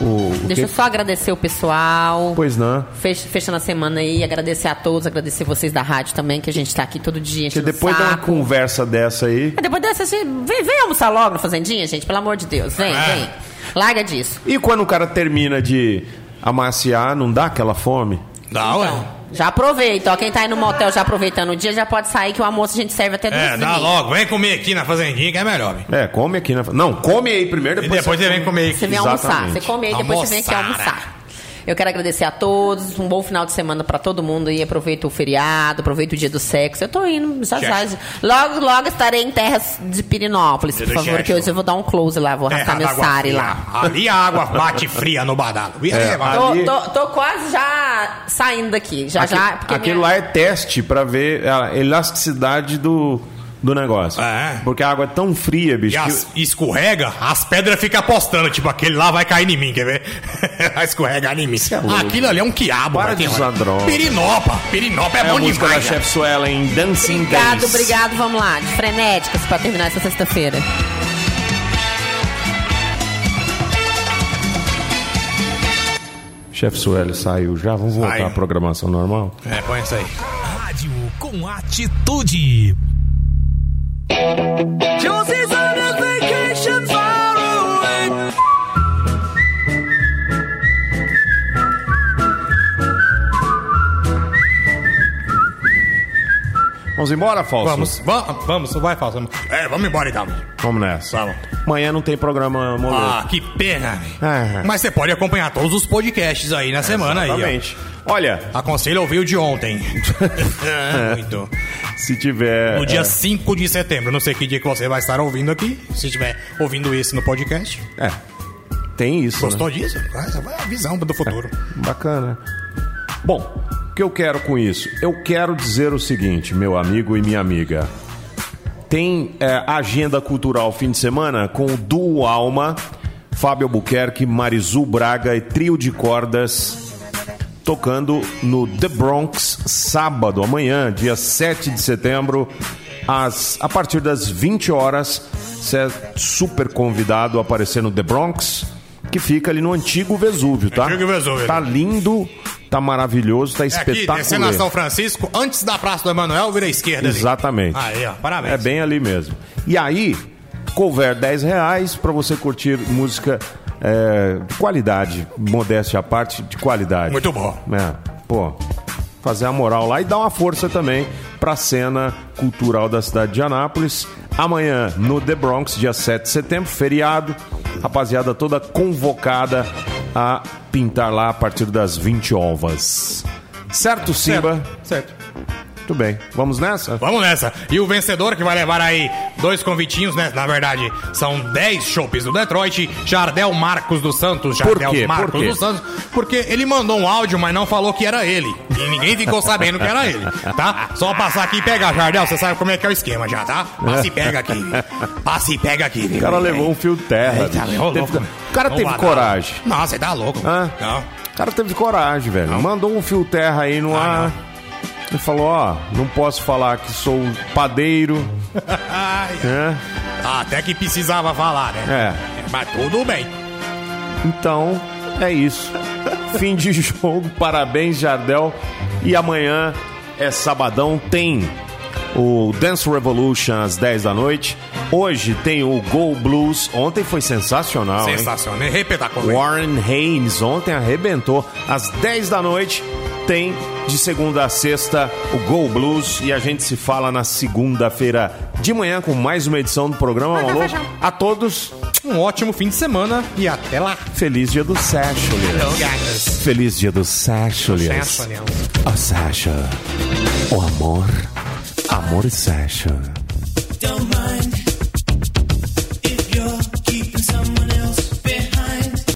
[SPEAKER 1] o, o
[SPEAKER 11] Deixa eu
[SPEAKER 1] quê?
[SPEAKER 11] só agradecer o pessoal.
[SPEAKER 1] Pois não.
[SPEAKER 11] Fech- Fechando a semana aí, agradecer a todos, agradecer vocês da rádio também, que a gente tá aqui todo dia.
[SPEAKER 1] Porque depois de uma conversa dessa aí,
[SPEAKER 11] Mas Depois dessa, gente, vem, vem almoçar logo no Fazendinha, gente, pelo amor de Deus. Vem,
[SPEAKER 4] É.
[SPEAKER 11] vem. Larga disso.
[SPEAKER 1] E quando o cara termina de amaciar, não dá aquela fome?
[SPEAKER 4] Dá, ué.
[SPEAKER 11] Já aproveita, ó. Quem tá aí no motel já aproveitando o dia, já pode sair que o almoço a gente serve até duas
[SPEAKER 4] É,
[SPEAKER 11] e
[SPEAKER 4] dá
[SPEAKER 11] meia.
[SPEAKER 4] logo. Vem comer aqui na fazendinha que é melhor. bicho.
[SPEAKER 1] É, come aqui na. Não, come aí primeiro,
[SPEAKER 4] E
[SPEAKER 1] depois.
[SPEAKER 4] depois você vem comer aqui.
[SPEAKER 11] Você vem almoçar. Você come aí, depois você vem aqui
[SPEAKER 4] Almoçar.
[SPEAKER 11] almoçar. Eu quero agradecer a todos, um bom final de semana pra todo mundo aí. Aproveita o feriado, aproveita o dia do sexo. Eu tô indo, já já.
[SPEAKER 12] Chefe.
[SPEAKER 11] Logo, logo estarei em terras de Pirinópolis,
[SPEAKER 4] Dia
[SPEAKER 11] por
[SPEAKER 4] do
[SPEAKER 11] favor,
[SPEAKER 4] chefe.
[SPEAKER 11] que hoje eu vou dar um close lá, vou
[SPEAKER 4] Terra
[SPEAKER 11] arrastar meu
[SPEAKER 4] d'água
[SPEAKER 11] sari
[SPEAKER 4] É, fria.
[SPEAKER 11] lá. Então,
[SPEAKER 4] Ali a água bate fria no badalo. E
[SPEAKER 1] É,
[SPEAKER 4] aí, vai.
[SPEAKER 11] Tô, tô- tô quase já saindo daqui, já já. porque
[SPEAKER 1] Aquilo
[SPEAKER 11] minha-
[SPEAKER 1] lá é teste pra ver a elasticidade do, do negócio. Porque a água é tão fria, bicho.
[SPEAKER 4] E
[SPEAKER 1] que-
[SPEAKER 4] as- escorrega, as pedras ficam apostando. Tipo, aquele lá vai cair em mim, quer ver? (laughs) vai escorregar em mim. Aquilo ali é um quiabo.
[SPEAKER 1] Para
[SPEAKER 4] vai,
[SPEAKER 1] de
[SPEAKER 4] tem-
[SPEAKER 1] usar droga.
[SPEAKER 4] Pirinopa. Pirinopa é,
[SPEAKER 1] a
[SPEAKER 4] bom
[SPEAKER 1] música
[SPEAKER 4] demais.
[SPEAKER 1] da Chef Suelen,
[SPEAKER 4] assim,
[SPEAKER 1] Dancing
[SPEAKER 11] Obrigado,
[SPEAKER 1] Dance.
[SPEAKER 11] obrigado, vamos lá. De frenéticas pra terminar essa sexta-feira.
[SPEAKER 1] Chef Suelen saiu já, vamos voltar
[SPEAKER 4] Saiu.
[SPEAKER 1] à programação normal?
[SPEAKER 4] É, põe essa aí.
[SPEAKER 12] Rádio com atitude. Josie's on a vacation far away.
[SPEAKER 1] Vamos embora, Falso?
[SPEAKER 4] Vamos, vamos, vamos, vai, Falso. É, vamos embora então.
[SPEAKER 1] Vamos nessa.
[SPEAKER 4] Vamos.
[SPEAKER 1] Amanhã não tem programa, moleque.
[SPEAKER 4] Ah, que pena. velho.
[SPEAKER 1] Ah.
[SPEAKER 4] É. Mas você pode acompanhar todos os podcasts aí na semana
[SPEAKER 1] Exatamente.
[SPEAKER 4] aí.
[SPEAKER 1] ó. Olha.
[SPEAKER 4] Aconselho a ouvir o de
[SPEAKER 1] (laughs)
[SPEAKER 4] ontem. É, Muito.
[SPEAKER 1] Se tiver.
[SPEAKER 4] No dia
[SPEAKER 1] é.
[SPEAKER 4] 5 de setembro. Não sei que dia que você vai estar ouvindo aqui. Se estiver ouvindo esse no podcast.
[SPEAKER 1] É. Tem isso.
[SPEAKER 4] Gostou
[SPEAKER 1] né?
[SPEAKER 4] disso? Essa é a visão do futuro.
[SPEAKER 1] Bacana. Bom, o que eu quero com isso? Eu quero dizer o seguinte, meu amigo e minha amiga. Tem é, agenda cultural fim de semana com o Duo Alma, Fábio Albuquerque, Marizu Braga e Trio de Cordas tocando no The Bronx sábado, amanhã, dia 7 de setembro, às, a partir das 20 horas. Você é super convidado a aparecer no The Bronx, que fica ali no antigo Vesúvio, tá?
[SPEAKER 4] Antigo Vesúvio.
[SPEAKER 1] Tá lindo, tá maravilhoso, tá
[SPEAKER 4] É aqui,
[SPEAKER 1] espetacular.
[SPEAKER 4] descendo a São Francisco, antes da Praça do Emanuel, vira à esquerda ali. Ah,
[SPEAKER 1] Exatamente.
[SPEAKER 4] Aí, ó, parabéns.
[SPEAKER 1] É bem ali mesmo. E aí, couver 10 reais pra você curtir música é, de qualidade, modéstia à parte, de qualidade.
[SPEAKER 4] Muito bom.
[SPEAKER 1] É, pô, fazer a moral lá e dar uma força também pra cena cultural da cidade de Anápolis. Amanhã, no The Bronx, dia 7 de setembro, feriado. Rapaziada toda convocada a pintar lá a partir das 20 ovas. Certo, Simba?
[SPEAKER 4] Certo.
[SPEAKER 1] Muito bem. Vamos nessa?
[SPEAKER 4] Vamos nessa. E o vencedor que vai levar aí dois convitinhos, né? Na verdade, são 10 chopes do Detroit. Jardel Marcos dos Santos.
[SPEAKER 1] Por
[SPEAKER 4] Jardel
[SPEAKER 1] quê? Por
[SPEAKER 4] Marcos
[SPEAKER 1] quê?
[SPEAKER 4] dos Santos. Porque ele mandou um áudio, mas não falou que era ele. E ninguém ficou sabendo que era ele, tá? Só passar aqui e pegar, Jardel. Você sabe como é que é o esquema já, tá? Passa e pega aqui. Passa e pega aqui.
[SPEAKER 1] O cara levou um fio terra.
[SPEAKER 4] Eita,
[SPEAKER 1] bicho.
[SPEAKER 4] ô,
[SPEAKER 1] Teve-
[SPEAKER 4] louco.
[SPEAKER 1] O cara
[SPEAKER 4] Vamos
[SPEAKER 1] teve
[SPEAKER 4] matar.
[SPEAKER 1] coragem.
[SPEAKER 4] Não, você tá louco.
[SPEAKER 1] Hã?
[SPEAKER 4] Não.
[SPEAKER 1] O cara teve coragem, velho. Mandou um fio terra aí
[SPEAKER 4] Ah,
[SPEAKER 1] no ar. Ele falou, ó, não posso falar que sou padeiro.
[SPEAKER 4] (laughs) Ai,
[SPEAKER 1] né?
[SPEAKER 4] ah, até que precisava falar, né? É. Mas tudo bem.
[SPEAKER 1] Então, é isso. Fim de (laughs) jogo, parabéns, Jardel. E amanhã é sabadão, tem o Dance Revolution às 10 da noite. Hoje tem o Go Blues. Ontem foi sensacional. hein?
[SPEAKER 4] Sensacional. Repeta comigo.
[SPEAKER 1] Warren Haynes ontem arrebentou. Às 10 da noite tem de segunda a sexta o Go Blues e a gente se fala na segunda-feira de manhã com mais uma edição do programa Alô. A todos
[SPEAKER 4] um ótimo fim de semana e até lá.
[SPEAKER 1] Feliz dia do Sérgio. Feliz dia do Sérgio.
[SPEAKER 4] Sérgio.
[SPEAKER 1] A Sérgio. O amor. Amor e Sérgio.
[SPEAKER 12] Don't mind